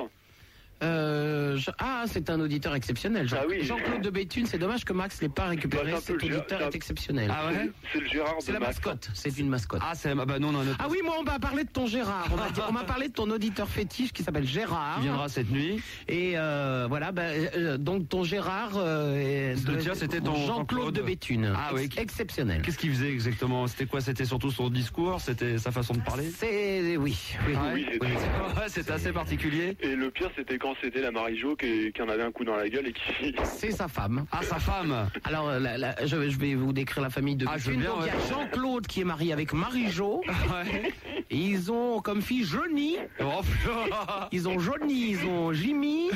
B: Euh, je- Ah, c'est un auditeur exceptionnel. Jean-
D: Ah oui.
B: Jean-Claude de Béthune, c'est dommage que Max l'ait pas récupéré.
D: Bah, c'est un
B: Cet
D: peu le-
B: auditeur
D: c'est un-
B: est exceptionnel.
A: Ah ouais
D: C'est le Gérard
B: C'est
D: de
B: la
D: Max.
B: mascotte, c'est une mascotte.
A: Ah c'est ah bah non, on a un autre
B: Ah oui, moi on m'a parlé de ton Gérard. On m'a dit- On m'a parlé de ton auditeur fétiche qui s'appelle Gérard.
A: qui viendra cette nuit.
B: Et euh, voilà, bah, euh, donc ton Gérard. euh, est-
A: Le tien, c'était ton Jean-Claude.
B: Jean-Claude de Béthune.
A: Ah oui.
B: Ex- Exceptionnel.
A: Qu'est-ce qu'il faisait exactement C'était quoi C'était surtout son discours C'était sa façon de parler
B: C'est. Oui. oui.
A: Ouais.
D: Oui, c'est-
A: Ouais, C'était assez particulier.
D: Et le pire, c'était quand c'était la Marie-Jo qui, qui en avait un coup dans la gueule et qui.
B: C'est sa femme.
A: Ah sa femme
B: Alors, euh, la- la- je, vais- je vais vous décrire la famille de
A: Ah, je veux
B: Béthune.
A: bien,
B: Donc, il y a
A: ouais. Ah,
B: Jean-Claude qui est marié avec Marie-Jo.
A: Ouais.
B: Et ils ont comme fille Johnny.
A: Oh, putain.
B: Ils ont Johnny, ils ont Jimmy.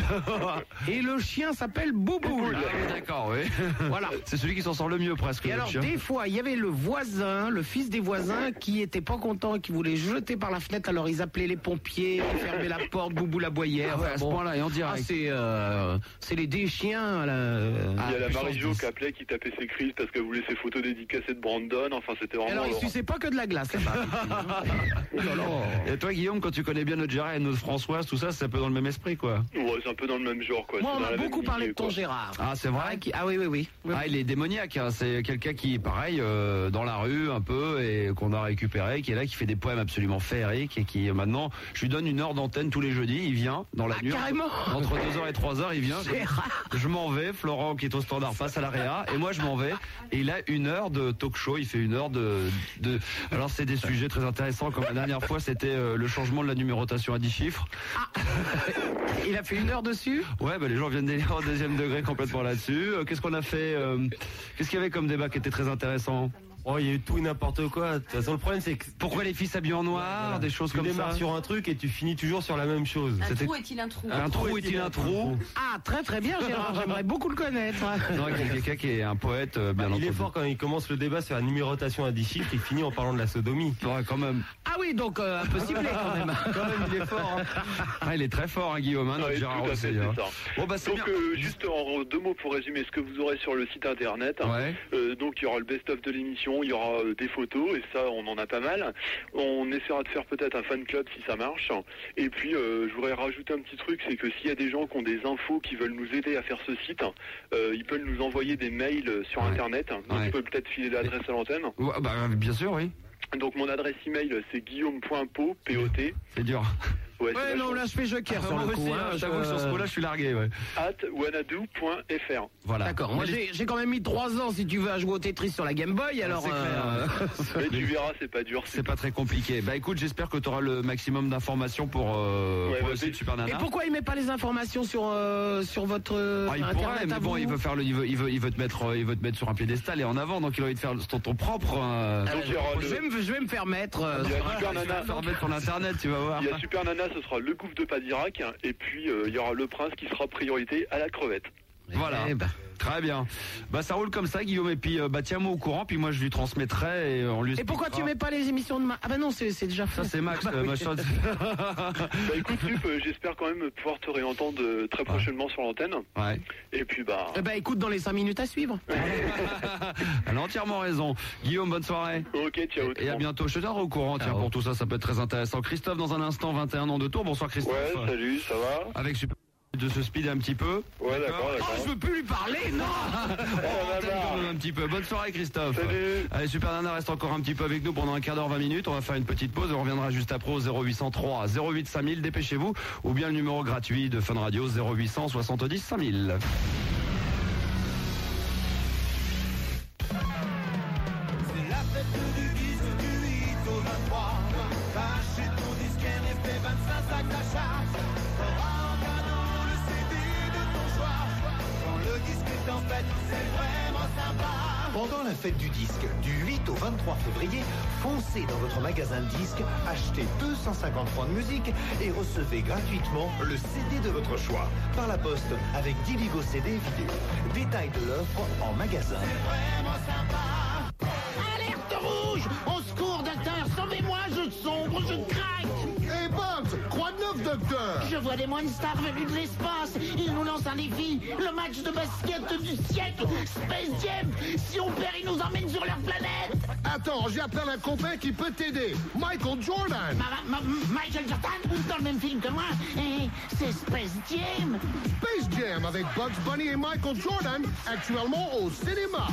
B: Et le chien s'appelle Bouboule.
A: Ah oui, d'accord, oui.
B: Voilà.
A: C'est celui qui s'en sort le mieux presque.
B: Et
A: le
B: alors,
A: chien.
B: des fois, il y avait le voisin, le fils des voisins, qui était pas content, qui voulait jeter par la fenêtre. Alors, ils appelaient les pompiers, ils fermaient la porte, boubou la boyère.
A: Ah ouais, à
B: Enfin,
A: ce
B: bon.
A: point-là, et en
B: Ah,
A: direct.
B: c'est euh, c'est les déchiens. Là.
A: Ah,
D: Il y a la
A: puissance
D: Marie-Jo
A: 10.
D: qui appelait, qui tapait ses crises parce qu'elle voulait ses photos dédicacées de Brandon. Enfin, c'était
B: Et
D: vraiment.
B: alors, ils
D: Laurent.
B: suçaient pas que de la glace là-bas. Oh là là.
A: Et toi, Guillaume, quand tu connais bien notre Gérard et notre Françoise, tout ça, c'est un peu dans le même esprit, quoi.
D: Ouais, c'est un peu dans le même genre, quoi.
B: Moi,
D: C'est
B: on
D: dans
B: m'a
D: la même
B: beaucoup parlé de
D: lignée,
B: ton
D: quoi.
B: Gérard.
A: Ah, c'est vrai
B: Ah, qui- ah oui, oui, oui. Oui,
A: Ah, il est démoniaque, hein. c'est quelqu'un qui est pareil euh, dans la rue un peu et qu'on a récupéré, qui est là, qui fait des poèmes absolument féeriques et qui euh, maintenant, je lui donne une heure d'antenne tous les jeudis, il vient dans la
B: Ah,
A: nuit.
B: carrément
A: Entre 2h et 3h, il vient.
B: Gérard.
A: Je m'en vais, Florent qui est au standard passe à la réa et moi je m'en vais. Et il a une heure de talk show, il fait une heure de. de... Alors c'est des sujets très intéressants comme la dernière fois c'était euh, le changement de la numérotation à 10 chiffres.
B: Ah. Il a fait une heure dessus.
A: Ouais, bah, les gens viennent délire au deuxième degré complètement là-dessus. Euh, Qu'est-ce qu'on a fait euh, Qu'est-ce qu'il y avait comme débat qui était très intéressant
H: Oh, il y a eu tout et n'importe quoi. De toute façon, le problème, c'est que
A: Pourquoi les filles s'habillent en noir
H: Voilà.
A: Des choses
H: tu
A: comme
H: démarres
A: ça.
H: sur un truc et tu finis toujours sur la même chose.
I: Un
A: C'était-
I: trou est-il un trou
A: Un trou est-il un trou
B: Ah, très très bien, Gérard. J'aimerais beaucoup le connaître.
A: Non, il y a quelqu'un qui est un poète, euh,
H: Bah,
A: bien
H: il
A: entendu.
H: est fort quand il commence le débat sur la numérotation à 10 chiffres, il finit en parlant de la sodomie.
A: Ouais, quand même.
B: Ah oui, donc euh, un peu ciblé quand même.
H: Quand même, il est fort. hein.
A: Ah, il est très fort, hein, Guillaume. hein, notre
D: Ouais,
A: Gérard
D: tout à
A: aussi,
D: fait, c'est
A: hein.
D: ça.
A: Bon, bah, c'est bien.
D: Donc, euh, juste en deux mots pour résumer ce que vous aurez sur le site internet.
A: Ouais.
D: Euh, donc, il y aura le best-of de l'émission, émission, il y aura euh, des photos, et ça, on en a pas mal. On essaiera de faire peut-être un fan club si ça marche. Et puis, euh, je voudrais rajouter un petit truc, c'est que s'il y a des gens qui ont des infos qui veulent nous aider à faire ce site, euh, ils peuvent nous envoyer des mails sur
A: Ouais.
D: Internet. Donc,
A: Ouais.
D: je peux peut-être filer l'adresse à l'antenne.
A: Ouais, bah, bien sûr, oui.
D: Donc, mon adresse email, c'est guillaume.po, P-O-T,
A: C'est dur.
D: ouais, c'est
B: Ouais, non, là, je fais
A: Ah,
B: joker sur le coup. hein,
A: j'avoue que sur ce
B: euh,
A: coup-là, je suis largué, ouais.
D: at wanadoo.fr.
A: Voilà.
B: D'accord, moi
A: Mais Ah,
B: j'ai j'ai quand même mis 3 ans si tu veux à jouer au Tetris sur la Game Boy, alors... euh,
A: c'est clair.
D: Mais tu verras, c'est pas dur.
A: euh, C'est pas très compliqué. Bah écoute, j'espère que tu auras le maximum d'informations pour, euh,
D: Ouais,
A: pour
D: bah,
A: le site
D: c'est-
A: Super Nana.
B: Et pourquoi il met pas les informations sur, euh, sur votre euh,
A: Ah, il
B: internet
A: pourrait,
B: à
A: mais bon,
B: vous
A: il veut faire le, il veut, il veut, il veut te mettre, euh, il veut te mettre sur un piédestal et en avant, donc il a envie de faire ton, ton propre. euh,
B: Ah,
D: Donc, il y aura
B: je, vais
D: le-
B: me, je vais me faire mettre... euh,
D: Il y a
B: sur-
D: Super Nana.
A: faire mettre sur l'internet, tu vas voir.
D: Il y a Super Nana, ce sera le gouffre de Padirac, hein, et puis euh, il y aura le prince qui sera priorité à la crevette.
A: Voilà.
B: Eh ben,
A: Ah, Très bien. Bah ça roule comme ça, Guillaume. Et puis, euh, bah tiens-moi au courant. Puis moi, je lui transmettrai et euh, on lui.
B: Et pourquoi tu
A: expliquera.
B: mets pas les émissions de ma... Ah bah non, c'est c'est déjà fait.
A: Ça c'est Max,
B: Bah
A: euh,
B: oui.
A: machin.
D: Bah écoute, Sup, euh, j'espère quand même pouvoir te réentendre euh, très prochainement sur l'antenne.
A: ouais.
D: Et puis bah,
B: Eh ben écoute, dans les 5 minutes à suivre.
A: Elle a entièrement raison. Guillaume, bonne soirée.
D: ok, ciao. tout
A: Et
D: le
A: à
D: monde.
A: bientôt. Je te tiendrai au courant. Tiens,
B: Ciao.
A: pour tout ça, ça peut être très intéressant. Christophe, dans un instant, 21 ans de tour. Bonsoir,
D: Ouais,
A: Christophe.
D: salut, ça va
A: Avec super de se speed un petit peu.
D: Ouais, d'accord,
A: Oh,
D: d'accord.
A: je veux plus lui parler, non
D: on a
A: On t'aime
D: marre.
A: quand même un petit peu. Bonne soirée, Christophe.
D: Salut.
A: Allez, Super Nana reste encore un petit peu avec nous pendant un quart d'heure, 20 minutes. On va faire une petite pause et on reviendra juste après au 0803 08 5000. Dépêchez-vous. Ou bien le numéro gratuit de Fun Radio 0800 70 5000.
F: C'est la fête du 10, du 8 au 23. Lâchez ton disque et fais 25 sacs à charge. T'auras en canon le CD de ton choix. Quand le disque est en fête, c'est vraiment sympa.
I: Pendant la fête du disque, du 8 au 23 février, foncez dans votre magasin de disques, achetez 250 francs de musique et recevez gratuitement le CD de votre choix par la poste avec Diligo CD vidéo. Détail de l'offre en magasin.
F: Alerte rouge Au secours, docteur Sauvez-moi, je sombre, je craque Eh Bob Croix neuf, docteur Je vois des moines stars venus de l'espace Ils nous lancent un défi Le match de basket du siècle Space Jam Si on perd, ils nous emmènent sur leur planète Attends, j'ai appelé un copain qui peut t'aider Michael Jordan Michael Jordan Dans le même film que moi Et c'est Space Jam Space Jam avec Bugs Bunny et Michael Jordan Actuellement au cinéma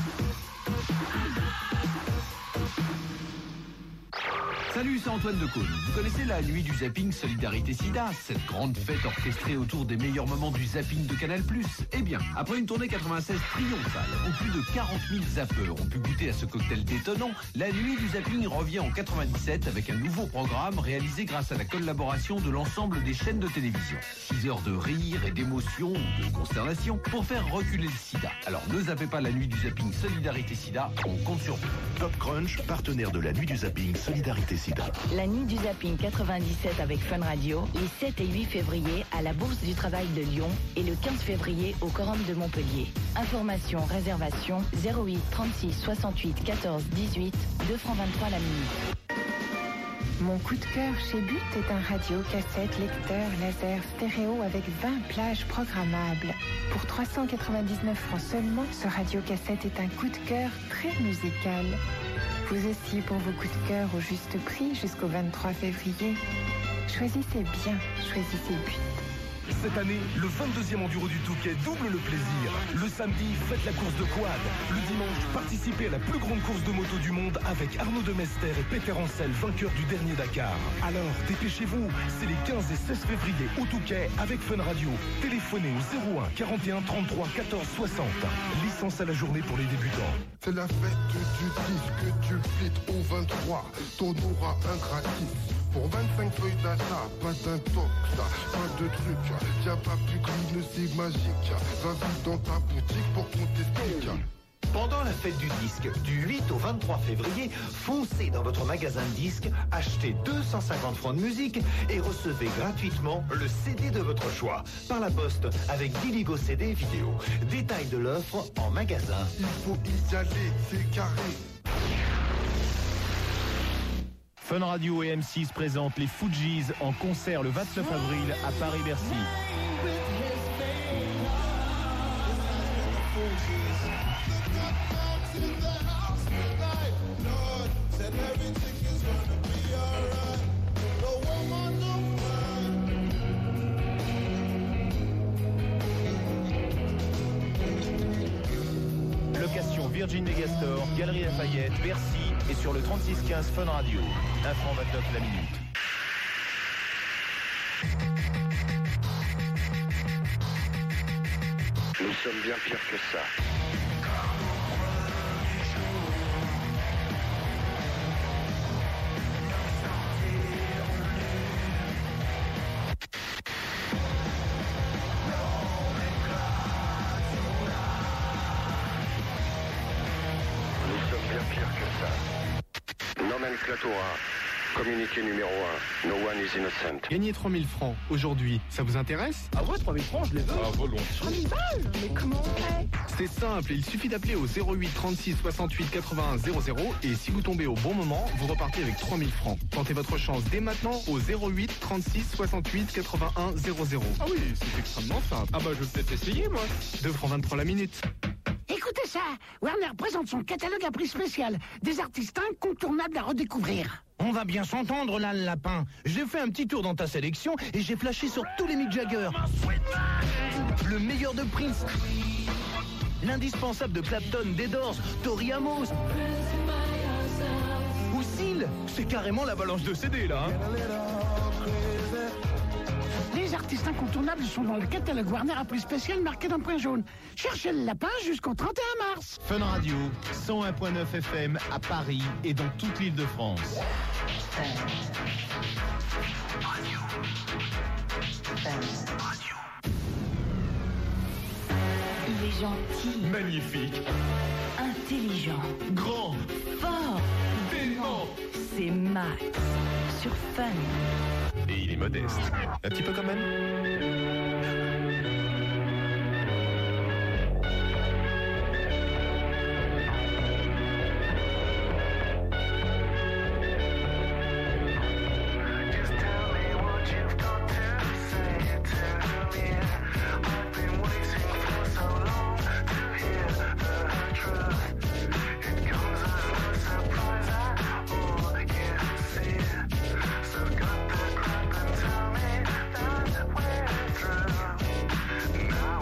J: Salut, c'est Antoine Decaune. Vous connaissez la nuit du zapping Solidarité Sida, cette grande fête orchestrée autour des meilleurs moments du zapping de Canal+. Eh bien, après une tournée 96 triomphale où plus de 40 000 zappeurs ont pu goûter à ce cocktail détonnant, la nuit du zapping revient en 97 avec un nouveau programme réalisé grâce à la collaboration de l'ensemble des chaînes de télévision. 6 heures de rire et d'émotion ou de consternation pour faire reculer le sida. Alors ne zappez pas la nuit du zapping Solidarité Sida, on compte sur vous.
I: Top Crunch, partenaire de la nuit du zapping Solidarité Sida.
K: La nuit du zapping 97 avec Fun Radio, les 7 et 8 février à la Bourse du Travail de Lyon et le 15 février au Corum de Montpellier. Informations, réservations 08 36 68 14 18, 2 francs 23 la minute.
L: Mon coup de cœur chez But est un radio, cassette, lecteur, laser, stéréo avec 20 plages programmables. Pour 399 francs seulement, ce radio cassette est un coup de cœur très musical. Vous aussi pour vos coups de cœur au juste prix jusqu'au 23 février. Choisissez bien, choisissez But.
J: Cette année, le 22e Enduro du Touquet double le plaisir. Le samedi, faites la course de quad. Le dimanche, participez à la plus grande course de moto du monde avec Arnaud de Mester et Peter Ancel, vainqueurs du dernier Dakar. Alors, dépêchez-vous, c'est les 15 et 16 février au Touquet avec Fun Radio. Téléphonez au 01 41 33 14 60. Licence à la journée pour les débutants.
E: C'est la fête du disque du flit au 23. Ton aura un gratis. Pour 25 feuilles d'achat, pas d'intox, pas de truc. Y'a pas plus clean, c'est magique. Va vite dans ta boutique pour qu'on t'explique.
I: Pendant la fête du disque, du 8 au 23 février, foncez dans votre magasin de disques, achetez 250 francs de musique et recevez gratuitement le CD de votre choix par la poste avec Diligo CD vidéo. Détail de l'offre en magasin.
E: Il faut y aller, c'est carré.
G: Fun Radio et M6 présentent les Fujis en concert le 29 avril à Paris-Bercy.
I: Virgin Megastore, Galerie Lafayette, Bercy et sur le 3615 Fun Radio. 1 franc 29 la minute.
M: Nous sommes bien pires que ça. Nous sommes bien pires que ça. Nomenclatura, communiqué numéro 1. No one is innocent.
J: Gagner 3000 francs aujourd'hui, ça vous intéresse
M: Ah ouais, 3000 francs, je les veux. Ah,
J: Mais comment C'est simple, il suffit d'appeler au 08 36 68 81 00 et si vous tombez au bon moment, vous repartez avec 3000 francs. Tentez votre chance dès maintenant au 08 36 68 81 00. Ah oui, c'est extrêmement simple. Ah bah je vais peut-être essayer moi. 2 francs 23 la minute.
F: Écoutez ça Warner présente son catalogue à prix spécial. Des artistes incontournables à redécouvrir.
N: On va bien s'entendre là, le lapin. J'ai fait un petit tour dans ta sélection et j'ai flashé sur tous les Mick Jagger. Le meilleur de Prince. L'indispensable de Clapton, des Doors, Tori Amos. Ou Seal. C'est carrément l'avalanche de CD là. hein.
F: Les artistes incontournables sont dans le catalogue Warner à prix spécial marqué d'un point jaune. Cherchez le lapin jusqu'au 31 mars.
I: Fun Radio, 101.9 FM à Paris et dans toute l'île de France.
K: Il est gentil,
O: Magnifique,
K: intelligent, grand, fort, dément. C'est Max sur Fun.
O: et il est modeste. Un petit peu quand même.
M: Tell me that's where it's from.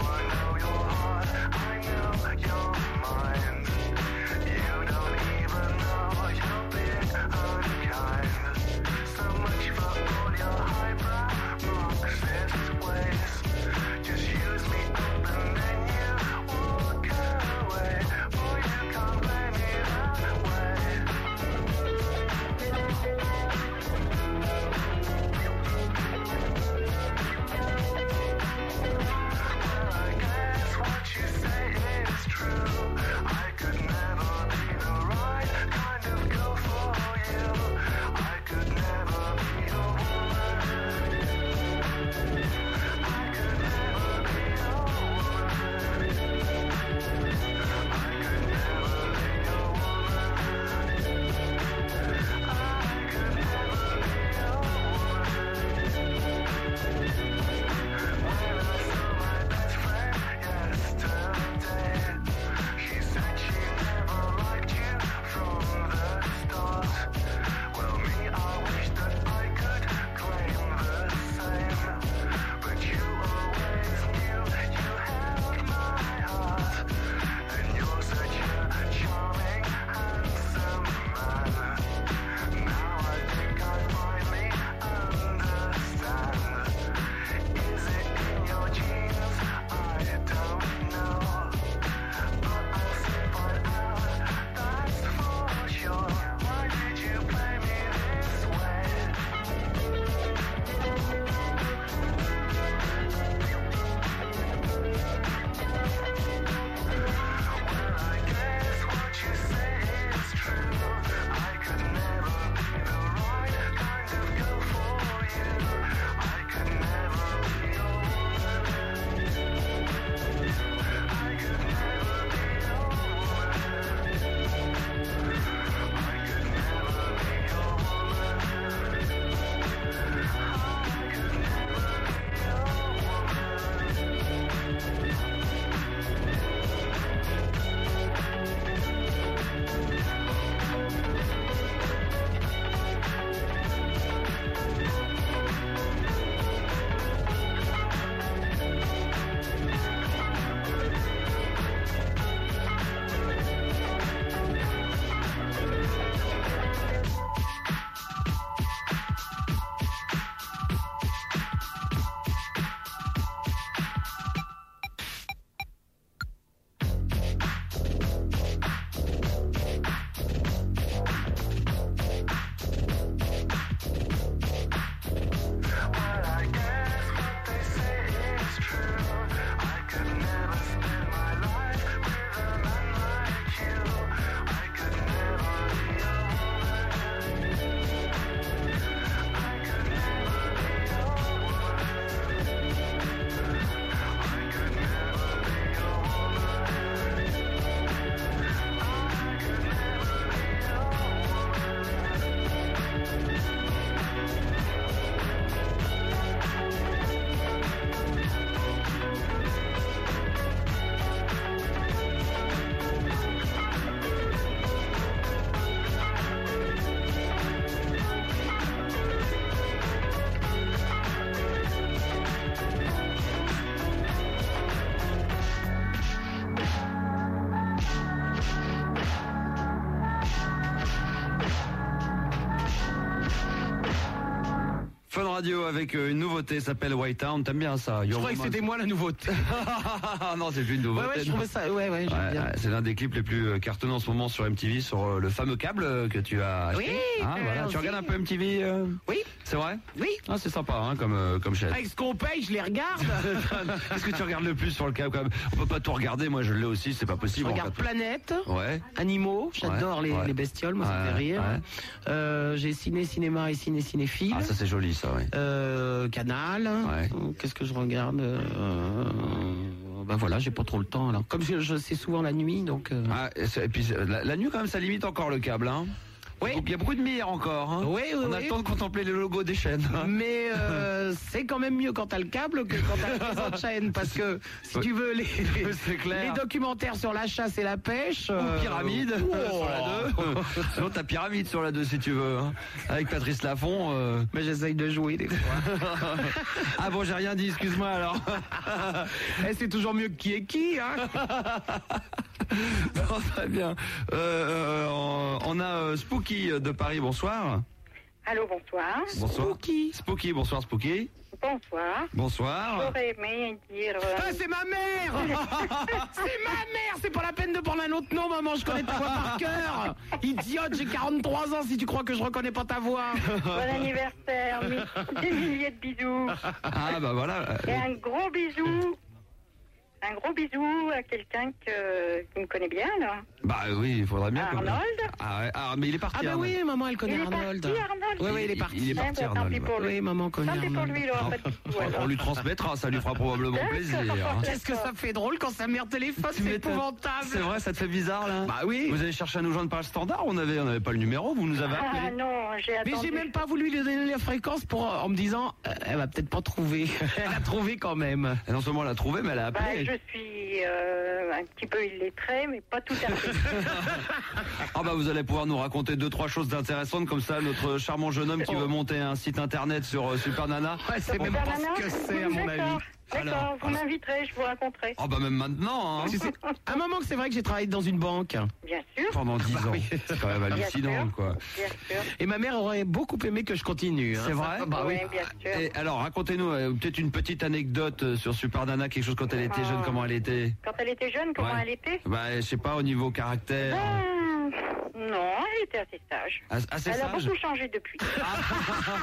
A: Fun Radio avec euh, une nouveauté s'appelle White Town. T'aimes bien ça
B: Je croyais que c'était moi la nouveauté.
A: Ah, non, c'est plus une nouveauté.
B: Ouais, ouais, je
A: non.
B: trouvais ça. Ouais, ouais, j'aime
A: Ouais,
B: bien.
A: ouais, c'est l'un des clips les plus euh, cartonnants en ce moment sur MTV, sur euh, le fameux câble euh, que tu as acheté.
B: Oui,
A: Hein, voilà.
B: euh,
A: Tu regardes un
B: oui.
A: peu MTV euh,
B: Oui.
A: C'est vrai
B: Oui. Ah,
A: Ah, c'est sympa hein, comme, euh, comme chaîne.
B: Avec ce qu'on paye, je les regarde.
A: Qu'est-ce que tu regardes le plus sur le câble quand même On peut pas tout regarder, moi je l'ai aussi, c'est pas
B: Je
A: possible.
B: regarde
A: on regarde
B: Planète,
A: tout. Ouais.
B: Animaux, j'adore les,
A: ouais.
B: les bestioles, moi ça me
A: Ouais,
B: fait rire.
A: ouais.
B: Euh, J'ai ciné, cinéma et ciné, cinéphile.
A: Ah, ça c'est joli ça, oui.
B: Euh, canal. Euh, Qu'est-ce que je regarde Euh, Bah voilà, j'ai pas trop le temps. Là. Comme je, je sais souvent la nuit, donc. euh,
A: Ah, et, c'est- et puis euh, la, la nuit quand même ça limite encore le câble hein.
B: Oui.
A: Il y a beaucoup de mire encore. hein.
B: Oui, oui,
A: On
B: oui.
A: attend de contempler les logos des chaînes. hein.
B: Mais euh, c'est quand même mieux quand t'as le câble que quand t'as les autres chaînes parce que si tu veux les,
A: C'est clair.
B: les documentaires sur la chasse et la pêche, euh,
A: Ou pyramide
B: wow.
A: sur la 2. Sinon t'as pyramide sur la 2 si tu veux. hein. Avec Patrice Laffont.
B: Mais j'essaye de jouer des fois.
A: ah bon j'ai rien dit, excuse-moi alors.
B: Eh, c'est toujours mieux que qui est qui, hein
A: Bon, très bien. Euh, euh, on- on a euh, Spooky de Paris, bonsoir.
N: Allô, bonsoir.
A: Bonsoir. Spooky. Spooky, bonsoir Spooky.
N: Bonsoir.
A: Bonsoir.
N: J'aurais aimé dire. euh,
B: Ah, c'est ma mère C'est ma mère C'est pas la peine de prendre un autre nom, maman, je connais ta voix par cœur Idiote, j'ai 43 ans si tu crois que je reconnais pas ta voix
N: Bon anniversaire, mi- des milliers de bisous.
A: Ah bah voilà.
N: Et un gros bisou. Un gros bisou à quelqu'un que, qui me connaît bien, là.
A: Bah oui, il faudrait bien. qu'on-
N: Arnold
A: Ah, ouais, ah, mais il est parti.
B: Ah bah oui,
A: Arnold.
B: maman, elle connaît
N: Il est
B: Arnold.
N: parti, Arnold
B: Oui, oui, il est parti.
A: Il est
N: Ah,
A: parti
N: bah, tant
A: Arnold.
N: pis pour lui.
B: Oui, maman connaît
N: Tant pis pour
B: Arnold.
N: lui, il aura pas de bisous, alors.
A: On lui transmettra, ça lui fera probablement plaisir.
B: Qu'est-ce que ça fait drôle quand sa mère téléphone, c'est épouvantable
A: C'est vrai, ça te fait bizarre là Bah
B: oui.
A: Vous avez cherché à nous joindre par le standard, on avait, on avait pas le numéro, vous nous avez appelé.
N: Ah non, j'ai
B: Mais
N: attendu.
B: j'ai même pas voulu lui donner la fréquence pour, en me disant, euh, elle va peut-être pas trouver. elle a trouvé quand même.
A: Et non seulement elle a trouvé, mais elle a
N: Bah,
A: appelé.
N: je suis euh, un petit peu illettrée, mais pas tout à fait.
A: Ah bah vous allez pouvoir nous raconter deux trois choses intéressantes comme ça notre charmant jeune homme qui
N: Oh.
A: veut monter un site internet sur euh, Super Nana.
B: c'est même pas ce que c'est à mon avis.
N: D'accord, d'accord, vous m'inviterez, je vous raconterai.
A: Ah bah même maintenant. Hein.
B: Tu sais, À un moment que c'est vrai que j'ai travaillé dans une banque.
N: Bien sûr. Ah, bah
A: Pendant 10 ans. C'est quand même hallucinant quoi.
B: Et ma mère aurait beaucoup aimé que je continue. hein.
A: C'est vrai
B: Ça, bah oui.
A: Et alors racontez-nous euh, peut-être une petite anecdote euh, sur Super Nana, quelque chose quand elle était jeune, comment elle était.
N: Quand elle était jeune, Euh, comment
A: Ouais. Euh,
N: elle était
A: Bah je sais pas au niveau caractère.
N: Hmm, Non, elle était assez sage.
A: As- assez
N: elle a
A: sage
N: beaucoup changé depuis.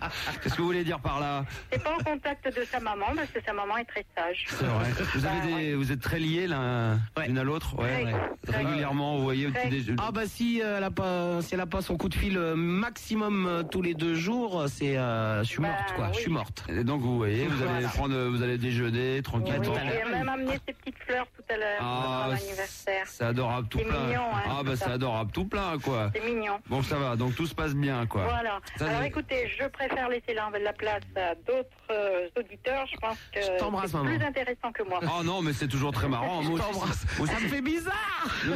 N: Ah.
A: Qu'est-ce que vous voulez dire par là
N: C'est pas en contact de sa maman parce que sa maman est très sage.
A: C'est vrai. Vous, avez des, vous êtes très liés l'un l'une à l'autre ouais, ouais. Régulièrement, vous voyez au petit déjeuner.
B: Ah bah si euh, elle a pas si elle a pas son coup de fil euh, maximum euh, tous les deux jours, euh, c'est euh, je suis
N: Bah,
B: morte quoi, je suis morte.
A: Et donc vous voyez, vous allez prendre, vous allez déjeuner tranquillement.
N: J'ai même amené ses petites fleurs tout à l'heure
A: Ah,
N: pour son anniversaire.
A: C'est adorable tout
N: C'est
A: plein.
N: mignon, hein,
A: ah
N: tout
A: bah
N: ça.
A: c'est adorable tout plein quoi.
N: C'est mignon.
A: Bon ça va, donc tout se passe bien Ah. quoi.
N: Voilà.
A: Ça,
N: Alors
A: c'est-
N: écoutez, je préfère laisser la, la place à d'autres euh, auditeurs. Je pense que
A: t'embrasse,
N: c'est
A: maman.
N: plus intéressant que moi.
A: Oh non mais c'est toujours très marrant. Moi aussi, moi aussi-
B: Ça me fait bizarre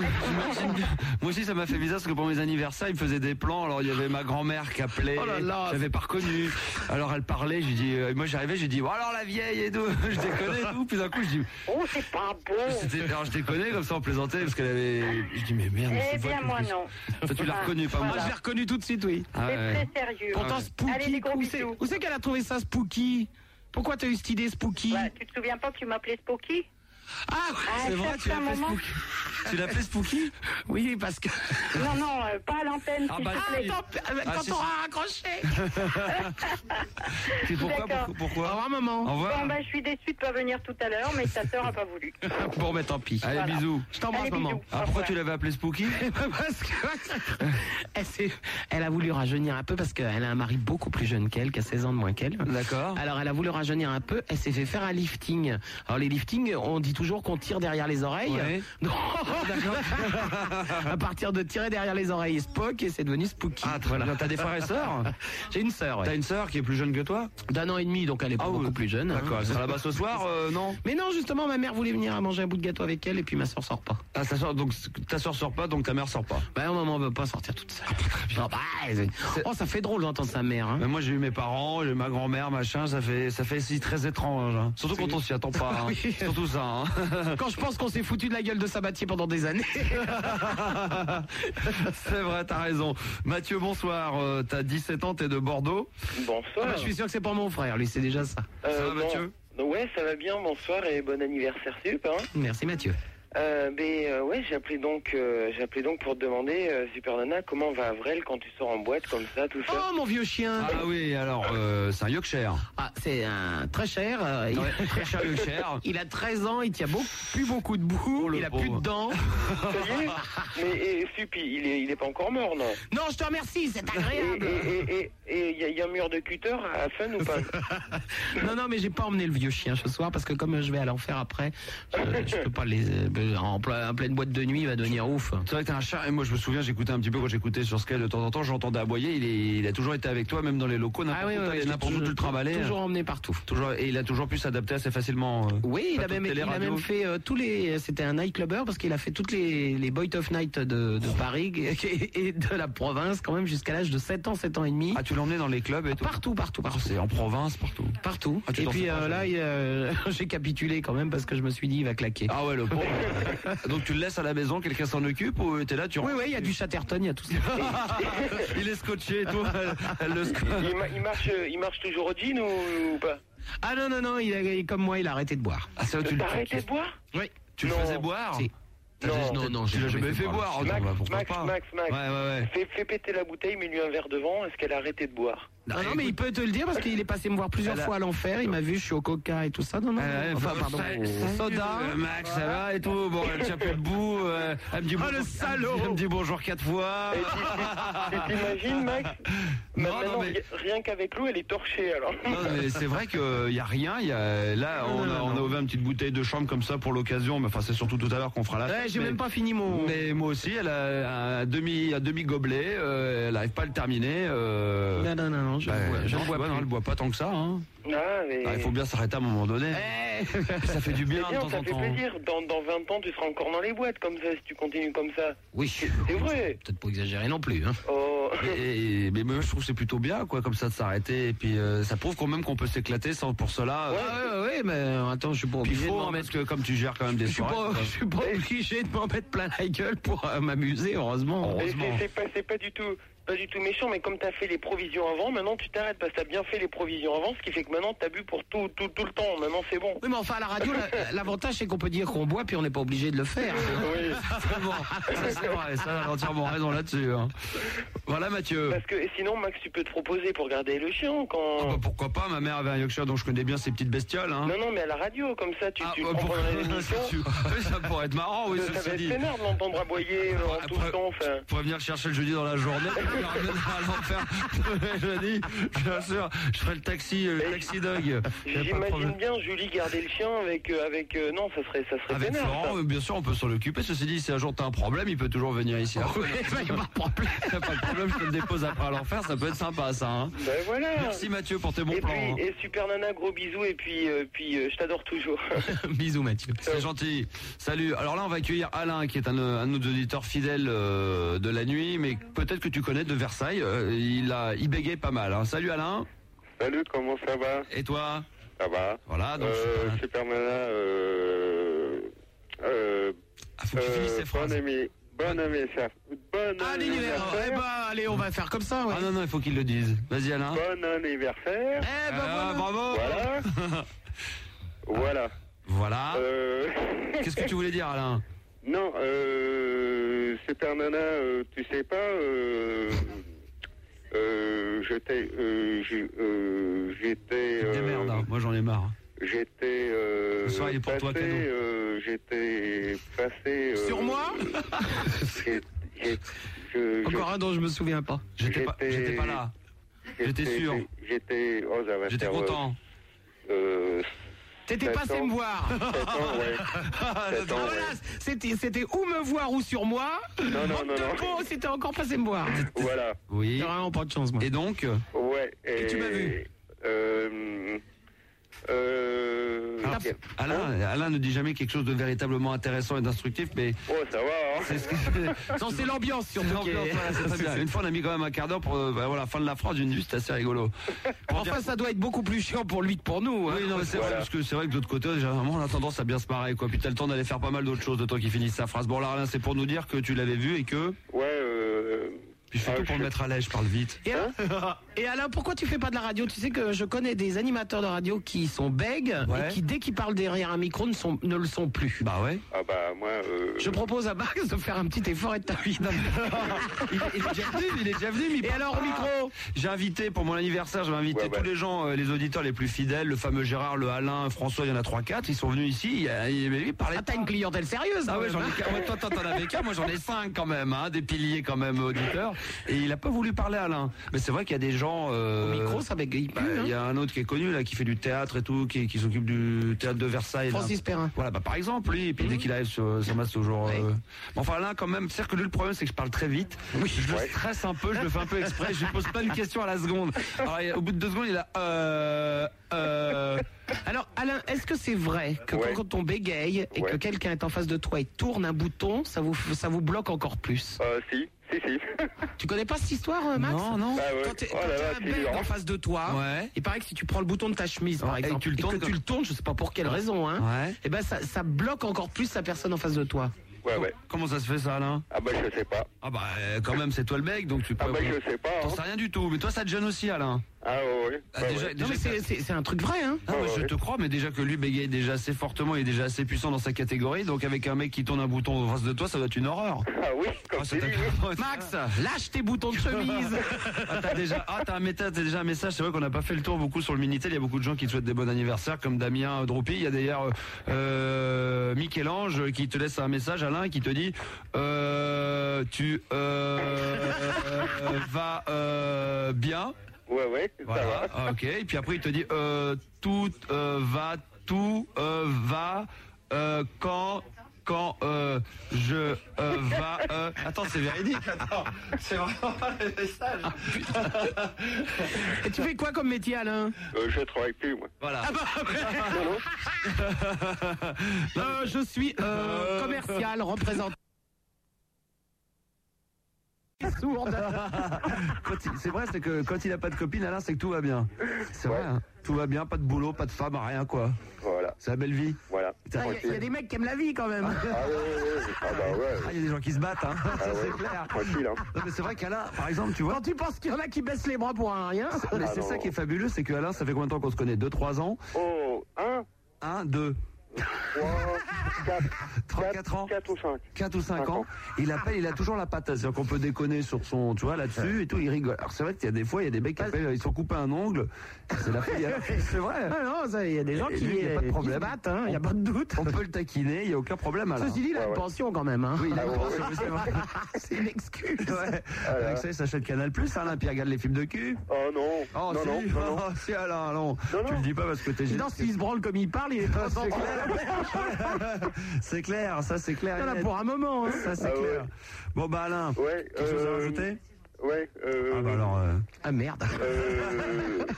A: moi aussi, ça m'a fait bizarre parce que pour mes anniversaires ils me faisaient des plans. Alors il y avait ma grand-mère qui appelait,
B: Oh là là.
A: j'avais pas reconnu. Alors elle parlait, j'ai dit, euh, moi j'arrivais, j'ai dit, oh, alors la vieille et tout, je déconnais et tout. Puis d'un coup je dis,
N: Oh, c'est pas beau.
A: C'était- Alors je déconnais comme ça on plaisantait parce qu'elle avait. Je dis mais merde. mais
N: Eh
A: c'est
N: bien,
A: vrai,
N: moi,
A: qu'est-ce que-
N: non.
A: Toi tu l'as
N: Ah,
A: reconnu pas
N: voilà.
A: moi.
N: Moi, je l'ai
B: reconnu tout de suite oui.
A: Ah,
N: C'est
A: ouais.
N: très sérieux.
B: Pourtant Spooky, où c'est- où c'est qu'elle a trouvé ça Spooky Pourquoi t'as eu cette idée Spooky
N: Bah, Tu te souviens pas que tu m'appelais Spooky
B: Ah,
N: à
B: c'est vrai, tu
N: certains
B: l'appelais
N: moments-
A: Tu l'appelais Spooky
B: Oui parce que
N: Non, non, euh, pas à l'antenne.
B: Ah,
N: s'il
B: bah,
N: te plaît.
B: si. Ah, tant pis, euh, Ah, quand si, on si. aura
A: C'est pourquoi,
N: D'accord.
A: pourquoi pourquoi
B: Au revoir maman.
A: Au revoir.
N: Bon, bah, je suis déçue de pas venir tout à l'heure, mais ta sœur a pas voulu.
A: Bon
B: bah,
A: mais tant pis. Allez
N: Voilà.
A: bisous.
N: Je t'embrasse, Allez, maman. bisous.
A: Ah,
N: Au
A: pourquoi
N: revoir.
A: tu l'avais appelé Spooky
B: Eh ben, Parce que- elle, s'est- elle a voulu rajeunir un peu parce qu'elle a un mari beaucoup plus jeune qu'elle, qui a 16 ans de moins qu'elle.
A: D'accord.
B: Alors elle a voulu rajeunir un peu, elle s'est fait faire un lifting. Alors les liftings, on dit toujours qu'on tire derrière les oreilles.
A: Ouais.
B: Non. à partir de tirer derrière les oreilles, Spock, et c'est devenu Spooky. Ah,
A: T'as des frères et sœurs
B: J'ai une sœur. ouais.
A: T'as une sœur qui est plus jeune que toi
B: D'un an et demi, donc elle est pas beaucoup plus jeune. hein.
A: D'accord. Elle sera là-bas ce soir euh, non
B: Mais non, justement, ma mère voulait venir à manger un bout de gâteau avec elle, et puis ma sœur sort pas.
A: Ah ça sort donc ta sœur sort pas donc ta mère sort pas. Ah,
B: Bah non, maman veut pas sortir toute seule. Non, bah, elle- oh, ça fait drôle d'entendre sa mère. hein.
A: Mais moi j'ai eu mes parents, j'ai eu ma grand-mère, machin, ça fait ça fait si très étrange. hein. Surtout quand on s'y attend pas. hein. Surtout ça. hein. hein.
B: Quand je pense qu'on s'est foutu de la gueule de Sabatier pendant des années.
A: C'est vrai, t'as raison. Mathieu, bonsoir. Euh, t'as 17 ans, t'es de Bordeaux.
P: Bonsoir.
B: Ah bah, je suis sûr que c'est pour mon frère, lui, c'est déjà ça.
A: Ça
P: Euh,
A: va,
P: bon.
A: Mathieu
P: Ouais, ça va bien, bonsoir et bon anniversaire Sup. Hein.
B: Merci Mathieu.
P: Euh, ben euh, ouais, j'ai appelé donc, euh, j'ai appelé donc pour te demander, euh, Super Nana, comment va Avrel quand tu sors en boîte comme ça, tout ça
B: Oh mon vieux chien
A: Ah oui, alors, euh, c'est un Yorkshire.
B: Ah, c'est un très cher. euh, il-
A: Ouais, très cher Oh, Yorkshire.
B: Il a 13 ans, il tient beaucoup, plus beaucoup de boue, il a plus de dents.
P: Ça y est Mais et, Sup, il il est, il est pas encore mort, non
B: Non, je te remercie, c'est agréable.
P: Et il y, a- y a un mur de cutter à fun ou pas
B: Non, non, mais j'ai pas emmené le vieux chien ce soir parce que comme je vais à l'enfer après, je, je peux pas les. euh, En, ple- en pleine boîte de nuit, il va devenir ouf.
A: C'est vrai que t'es un chat, et moi je me souviens, j'écoutais un petit peu quand j'écoutais sur Sky de temps en temps, j'entendais aboyer, il, est- il a toujours été avec toi, même dans les locaux, n'importe
B: Ah oui,
A: où
B: oui,
A: t'allais,
B: oui, je
A: n'importe
B: l'ai
A: où tu le hein.
B: toujours-
A: travaillais.
B: toujours emmené partout.
A: Toujours, et il a toujours pu s'adapter assez facilement. euh,
B: Oui, il a,
A: plateau de
B: même, il
A: télé,
B: a
A: radio.
B: même fait euh, tous les. C'était un nightclubber parce qu'il a fait toutes les, les Boy of Night de, de Paris et, et de la province quand même jusqu'à l'âge de 7 ans, 7 ans et demi. Ah,
A: tu l'emmenais dans les clubs et tout
B: Partout, partout, partout.
A: C'est en province, partout.
B: Partout.
A: Ah, tu
B: et
A: t'en
B: puis
A: fous pas,
B: euh, là, il, euh, j'ai capitulé quand même parce que je me suis dit, il va claquer.
A: Ah ouais, le pauvre. Donc tu le laisses à la maison, quelqu'un s'en occupe ou t'es là, tu
B: Oui, oui, il y a du Chatterton, il y a tout ça.
A: Il est scotché et tout. elle- elle le sc-
P: il, ma- il marche, euh, il marche toujours au jean ou, ou pas
B: Ah non, non, non, il a- comme moi, il a arrêté de boire.
A: Ah, ça, tu le-
P: T'as arrêté de boire
B: Oui.
A: Tu le
P: Non.
A: faisais boire
B: Si.
P: Non.
B: non, non,
A: Tu l'as jamais fait boire.
N: Ah,
P: Max,
A: attends, bah, pourquoi
P: Max,
A: pas
P: Max, Max,
A: Ouais, ouais, ouais.
P: Fais, fais péter la bouteille, mets-lui un verre devant. Est-ce qu'elle a arrêté de boire
B: Ah Non, non, mais il peut te le dire parce qu'il est passé me voir plusieurs
P: Elle a-
B: fois à l'enfer. Il m'a vu, je suis au coca et tout ça. Non, non. non. Enfin, pardon. Soda.
A: Salut, Euh, Max, ça va et tout. Bon, elle tient plus debout. euh, elle
B: Ah,
A: me dit bonjour. Elle me dit bonjour quatre fois.
P: Et t'imagines, Max
A: Non,
P: Maintenant,
A: non, mais-
P: rien qu'avec l'eau, elle est torchée alors.
A: Non, mais c'est vrai qu'il n'y a rien. y a- Là, on, a, on a ouvert une petite bouteille de chambre comme ça pour l'occasion. Mais enfin, c'est surtout tout à l'heure qu'on fera la.
B: Ouais, j'ai
A: mais-
B: même pas fini mon.
A: Mais moi aussi, elle a un demi, un demi gobelet. euh, elle n'arrive pas à le terminer. euh,
B: Non, non, non, non, je
A: bah,
B: le bois, je
A: non,
B: le bois
A: ouais, non,
B: plus.
A: elle boit pas tant que ça. hein.
P: Ah, mais...
A: Ah, il faut bien s'arrêter à un moment donné. Ça fait du bien
P: C'est bien,
A: de temps
P: ça
A: en
P: fait
A: temps.
P: plaisir. Dans, dans 20 ans, tu seras encore dans les boîtes comme ça si tu continues comme ça.
B: Oui.
P: C'est vrai.
B: Peut-être pas exagérer non plus. Hein.
P: Oh.
A: Et- et- mais moi je trouve que c'est plutôt bien quoi comme ça de s'arrêter et puis euh, ça prouve quand même qu'on peut s'éclater sans pour cela. euh,
B: Ouais, ouais, ouais, mais attends, je suis pas
A: puis il
B: obligé de
A: faut
B: m'en
A: hein,
B: mettre.
A: parce que comme tu gères quand même des
B: Je suis
A: soirées,
B: pas,
A: quoi.
B: je suis pas obligé de m'en mettre plein la gueule pour euh, m'amuser, heureusement.
P: Mais c'est- c'est pas, c'est pas du tout. Pas du tout méchant, mais comme t'as fait les provisions avant, maintenant tu t'arrêtes parce que t'as bien fait les provisions avant, ce qui fait que maintenant t'as bu pour tout, tout, tout le temps. Maintenant c'est bon.
B: Oui, mais enfin, à la radio, la- l'avantage, c'est qu'on peut dire qu'on boit, puis on n'est pas obligé de le faire.
A: C'est bon. Ça, c'est vrai, ça elle a entièrement raison là-dessus. hein. Voilà Mathieu.
P: Parce que et sinon, Max, tu peux te proposer pour garder le chien quand.
A: Ah bah, pourquoi pas, ma mère avait un Yorkshire donc je connais bien ces petites bestioles. Hein.
P: Non, non, mais à la radio, comme ça, tu,
B: Ah,
P: tu
B: euh,
A: bah, pour-
P: comprendrais l'émission.
A: si tu- oui, ça pourrait être marrant, oui,
P: ça
A: ceci
P: va être
A: dit.
P: peinard de l'entendre aboyer euh, en tout le temps. Enfin,
A: Pour venir chercher le jeudi dans la journée, je vais revenir à l'enfer le jeudi, bien sûr, je ferai le taxi, euh, le taxi dog. Y a pas de problème.
P: J'imagine bien Julie garder le chien avec. euh, avec euh, non, ça serait, ça serait
A: Avec
P: peinard.
A: Florent,
P: ça.
A: euh, bien sûr, on peut s'en occuper. Ceci dit, si un jour t'as un problème, il peut toujours venir ici. après.
B: il a pas de problème.
A: Y a pas de problème, je te le dépose après à l'enfer, ça peut être sympa ça. hein.
P: Ben voilà.
A: Merci Mathieu pour tes bons
P: et
A: plans. hein.
P: Puis, et super nana, gros bisous et puis, euh, puis euh, je t'adore toujours.
B: Bisous, Mathieu.
A: C'est gentil. Salut. Alors là, on va accueillir Alain, qui est un, euh, un de nos auditeurs fidèles euh, de la nuit, mais peut-être que tu connais de Versailles. Euh, il, a, il bégaye pas mal. hein. Salut Alain.
M: Salut, comment ça va
A: Et toi
M: Ça va.
A: Voilà, donc
M: Euh, Super Nana, euh. Euh. euh, bonne année. Bonne année, ça. Bonne
B: Ah, l'univers. Eh ben, allez, on va faire comme ça, ouais.
A: Ah non, non, il faut qu'il le dise. Vas-y Alain.
M: Bon anniversaire.
B: Eh ben, voilà.
A: bravo.
M: Voilà. voilà.
A: Voilà.
M: Euh,
A: Qu'est-ce que tu voulais dire Alain
M: non, euh. Super Nana, euh, tu sais pas, euh. Euh, j'étais, euh, j'ai- euh, j'étais, euh,
A: Merde, hein, moi j'en ai marre.
M: J'étais. Euh,
A: Le soir, il est pour toi,
M: passé,
A: cadeau.
M: euh, J'étais passé. euh,
B: Sur moi
M: j'ai- j'ai- je-
B: Encore
M: je-
B: un dont je me souviens pas.
A: J'étais pas, j'étais pas là. J'étais sûr.
M: J'étais. oh, ça va
A: J'étais
M: faire, euh,
A: content.
M: euh,
B: T'étais
M: sept
B: passé
M: ans.
B: me voir. Ah,
M: Sept ans, ouais. Sept ans,
B: Voilà,
M: ouais.
B: c'était, c'était ou me voir ou sur moi.
M: Non, non,
B: En
M: non,
B: deux
M: non.
B: mots, c'était encore passé me voir.
M: Voilà.
A: Oui.
B: vraiment pas de chance, moi.
A: Et donc
M: Ouais. Et,
B: tu m'as vu
M: euh, euh,
B: T'as
M: Deuxième.
A: Alain, Alain ne dit jamais quelque chose de véritablement intéressant et d'instructif, mais
M: Oh, ça va, hein
A: C'est ce que- Non, c'est l'ambiance surtout.
M: qui est-
A: L'ambiance, voilà, c'est très bien. Une fois, on a mis quand même un quart d'heure pour euh, bah, voilà, la fin de la phrase d'une nuit, c'est assez rigolo.
B: Enfin, ça doit être beaucoup plus chiant pour lui que pour nous. hein.
A: Oui, non, mais c'est vrai, parce que c'est vrai que de l'autre côté, généralement, on a tendance à bien se marrer, quoi. Puis t'as le temps d'aller faire pas mal d'autres choses, de temps qu'il finisse sa phrase. Bon, là, Alain, c'est pour nous dire que tu l'avais vu et que.
M: Ouais, euh.
A: Puis je fais tout pour le mettre à l'aise, je parle vite.
B: Et Alain,
M: Hein
B: et Alain, pourquoi tu fais pas de la radio Tu sais que je connais des animateurs de radio qui sont bègues et qui, dès qu'ils parlent derrière un micro, ne, sont- ne le sont plus.
A: Bah ouais.
M: Ah bah moi, euh,
B: Je propose à Max de faire un petit effort et de t'inviter.
A: il, est- il est déjà venu, il est déjà venu, mais il
B: Et
A: parle
B: alors, au
A: pas.
B: micro
A: J'ai invité pour mon anniversaire, j'ai invité tous les gens, euh, les auditeurs les plus fidèles, le fameux Gérard, le Alain, François, il y en a 3-4, ils sont venus ici, il, il, il parlait.
B: Ah, t'as une clientèle sérieuse
A: Ah
B: quand
A: ouais,
B: même,
A: j'en ai
B: hein.
A: qu'un. Ouais, toi, toi, t'en avais qu'un, moi j'en ai cinq quand même, hein, des piliers quand même auditeurs. Et il a pas voulu parler Alain. Mais c'est vrai qu'il y a des gens. euh,
B: Au micro, ça bégaye
A: bah,
B: plus,
A: Il
B: hein.
A: y a un autre qui est connu là, qui fait du théâtre et tout, qui, qui s'occupe du théâtre de Versailles. là.
B: Francis Perrin.
A: Voilà, bah, par exemple, lui, et puis
M: Mmh.
A: dès qu'il arrive, sur- ça m'a toujours. euh, mais Enfin, Alain, quand même, c'est-à-dire que lui, le problème, c'est que je parle très vite. Je le stresse un peu, je le fais un peu exprès, je lui pose pas une question à la seconde. Alors, il- au bout de deux secondes, il a. Euh, euh,
B: Alors, Alain, est-ce que c'est vrai que
A: Ouais.
B: quand on bégaye et que quelqu'un est en face de toi et tourne un bouton, ça vous, ça vous bloque encore plus
M: Euh, si, si, si.
B: Tu connais pas cette histoire, euh, Max
A: Non, non.
M: Bah ouais.
B: Quand t'es
M: Oh là
B: quand
M: là,
B: t'as
M: c'est
B: un bec
M: dur, hein.
B: en face de toi, il paraît que si tu prends le bouton de ta chemise, par
A: Ouais, et
B: exemple,
A: tu le tournes
B: que
A: comme-
B: tu le tournes, je sais pas pour quelle raison, hein,
A: Ouais.
B: et ben ça, ça bloque encore plus la personne en face de toi.
M: Ouais, ouais.
A: Comment ça se fait ça, Alain
M: Ah bah je sais pas.
A: Ah bah euh, quand même, c'est toi le mec, donc tu peux.
M: Ah bah je sais pas.
A: T'en
M: hein.
A: sais rien du tout, mais toi ça te gêne aussi, Alain.
M: Ah ouais, ouais.
A: Ah,
M: Ouais,
A: déjà-
M: ouais.
A: déjà que t'as-
B: C'est un truc vrai, hein
A: Ah, moi, je te crois, mais déjà que lui bégaye déjà assez fortement, il est déjà assez puissant dans sa catégorie, donc avec un mec qui tourne un bouton en face de toi, ça doit être une horreur.
M: Ah oui, comme
B: Oh,
A: ça doit-
B: Max, lâche tes boutons de chemise
A: Ah, t'as déjà, ah, t'as un, méta- t'as déjà un message, c'est vrai qu'on n'a pas fait le tour beaucoup sur le Minitel, il y a beaucoup de gens qui te souhaitent des bons anniversaires, comme Damien euh, Droupi, il y a d'ailleurs euh, euh, Michel-Ange euh, qui te laisse un message, Alain, qui te dit euh, Tu euh, euh, vas euh, bien
M: Ouais, ouais,
A: voilà. Ah, ok, et puis après il te dit euh, Tout euh, va, tout euh, va euh, quand... Quand euh, je euh, va euh, attends c'est véridique attends c'est vraiment le message
B: Et tu fais quoi comme métier, Alain
M: Euh, je travaille plus, moi.
A: Voilà.
B: Ah bah, Euh, je suis euh, commercial, représentant. Sourde.
A: Quand il- C'est vrai, c'est que quand il a pas de copine, Alain, c'est que tout va bien. C'est vrai, hein. tout va bien, pas de boulot, pas de femme, rien quoi.
M: Voilà.
A: C'est la belle vie.
M: Voilà.
A: T'es
B: Ah, Il y, a des mecs qui aiment la vie quand même.
M: Ah bah ouais.
A: Ah, il y a des gens qui se battent, hein. ça c'est clair.
M: Tranquille, hein.
A: Non, mais c'est vrai qu'Alain, par exemple, tu vois. Ah,
B: Quand tu penses qu'il y en a qui baissent les bras pour un rien.
A: Mais c'est ça qui est fabuleux, c'est que Alain, ça fait combien de temps qu'on se connaît 2-3 ans
M: Oh, un,
A: 1, 2.
M: trois, quatre.
A: 3-4 ans
M: 4 ou 5.
A: 4 ou 5
M: Cinq
A: ans,
M: ans.
A: il appelle, il a toujours la patate. C'est-à-dire qu'on peut déconner sur son, tu vois, là-dessus et tout, il rigole. Alors c'est vrai qu'il y a des fois, il y a des mecs qui appellent, ils sont coupés un ongle. C'est la folie. hein. Alors, Ah, C'est vrai.
B: Ah non, ça, il y a des gens
A: Et
B: qui,
A: lui, il y a pas de
B: qui
A: problème.
B: se battent, hein, il n'y a pas de doute.
A: On peut le taquiner, il n'y a aucun problème Alain.
B: Ceci dit, il a une pension quand même. Hein.
A: Oui, il a
B: Ah
A: une
B: ouais,
A: pension,
B: ouais.
A: c'est vrai.
N: Ah,
B: C'est une excuse.
A: Ouais. Avec ça, il s'achète Canal Plus, hein, Alain, puis il regarde les films de cul.
M: Oh non.
A: Oh,
M: non,
A: si.
M: non, non, non.
A: Oh, si, Alain, non. Tu le dis pas parce que t'es
B: Dis
A: gêné.
B: donc, s'il se branle comme il parle, il est
A: Ah,
B: content.
A: c'est clair. c'est clair, ça c'est clair.
B: Il y en a
A: net.
B: pour un moment. hein.
A: Ça c'est
M: Ah, ouais.
A: clair. Bon bah Alain,
M: Ouais,
A: quelque chose à
M: euh,
A: rajouter
M: Ouais, euh.
A: Ah bah alors. euh,
B: Ah merde.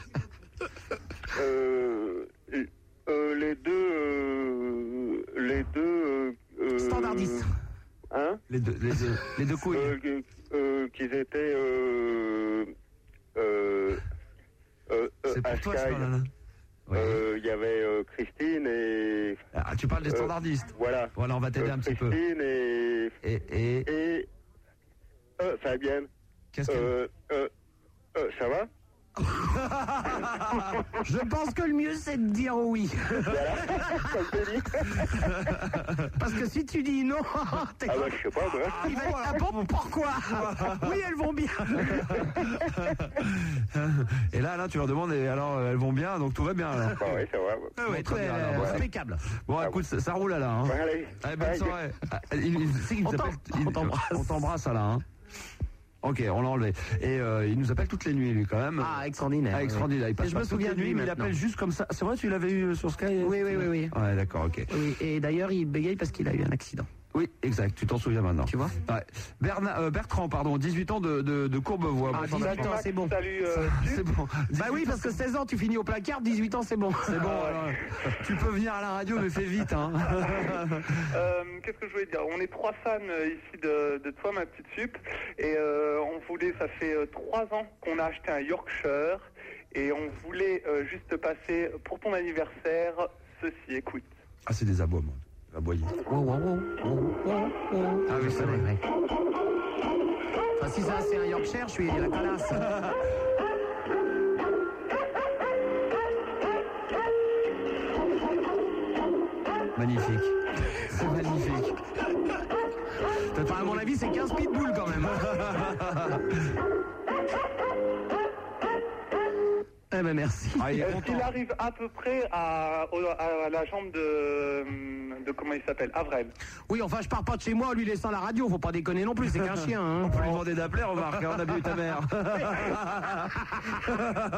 M: Euh, euh, euh, les deux. euh, les deux. euh, euh,
B: Standardistes.
M: Hein
A: Les deux, les deux, les deux couilles.
M: euh, que- euh, Qu'ils étaient. Euh, euh, euh, euh,
A: c'est pour toi ça,
M: Ashkai.
A: Alain.
M: Euh, Il y avait euh, Christine et.
A: Ah, tu parles des
M: Euh,
A: standardistes.
M: Voilà.
A: Voilà, on va t'aider
M: Euh,
A: un petit peu.
M: Christine et.
A: Et, et
M: Et. euh, Fabienne.
A: qu'est-ce que.
M: Euh, euh, euh, ça va
B: Je pense que le mieux, c'est de dire oui. Parce que si tu dis non, t'es
M: Ah bah, je sais pas, moi.
B: Il va être, ah bon, pourquoi Oui, elles vont bien.
A: Et là, Alain, tu leur demandes, et alors, euh, elles vont bien, donc tout va bien, Alain.
M: Bah ouais, ça va.
A: Ah ouais, très bien, Alain,
B: Euh,
A: voilà.
B: Impeccable.
A: Bon, écoute, ça, ça roule, Alain. hein.
M: Bah, allez.
A: Allez, bonne
M: Allez,
A: soirée. Ah, il- il- c'est qu'il
B: On
A: nous appelle- il-
B: on t'embrasse.
A: On t'embrasse, Alain. hein. Ok, on l'a enlevé. Et euh, il nous appelle toutes les nuits, lui, quand même.
B: Ah, extraordinaire.
A: Ah, extraordinaire. Il
B: Et
A: passe
B: je
A: pas
B: me
A: toutes
B: souviens
A: les
B: de lui
A: nuits, mais il
B: maintenant.
A: appelle juste comme ça. C'est vrai, tu l'avais eu sur Sky
B: Oui, oui, oui, oui.
A: Ouais, d'accord, ok.
B: Oui, et d'ailleurs, il bégaye parce qu'il a eu un accident.
A: Oui, exact, tu t'en souviens maintenant. Tu vois Bertrand, pardon, 18 ans de, de, de Courbevoie.
B: Ah,
A: Bon, fin
B: 18 ans,
A: d'abord.
B: c'est bon.
A: Salut, euh, c'est bon.
B: Bah oui, parce que 16 ans, tu finis au placard, 18 ans, c'est bon. Ah,
A: C'est bon, alors, tu peux venir à la radio, mais fais vite. Hein.
D: Euh, Qu'est-ce que je voulais dire On est trois fans euh, ici de, de toi, ma petite sup. Et euh, on voulait, ça fait euh, trois ans qu'on a acheté un Yorkshire. Et on voulait euh, juste te passer pour ton anniversaire ceci. Écoute.
A: Ah, c'est des aboiements. Aboyer.
B: Ah oui, c'est vrai. Enfin, si ça, c'est un Yorkshire, je suis la calasse.
A: Magnifique. C'est magnifique.
B: Enfin, à mon avis, c'est 15 pitbulls quand même. eh ben merci.
D: Euh, S'il arrive à peu près à, au- à la jambe de, de comment il s'appelle Avrel.
B: Oui, enfin, je pars pas de chez moi en lui laissant la radio, faut pas déconner non plus, c'est qu'un chien. Hein. On peut lui demander d'appeler, remarque, hein, on a vu ta mère.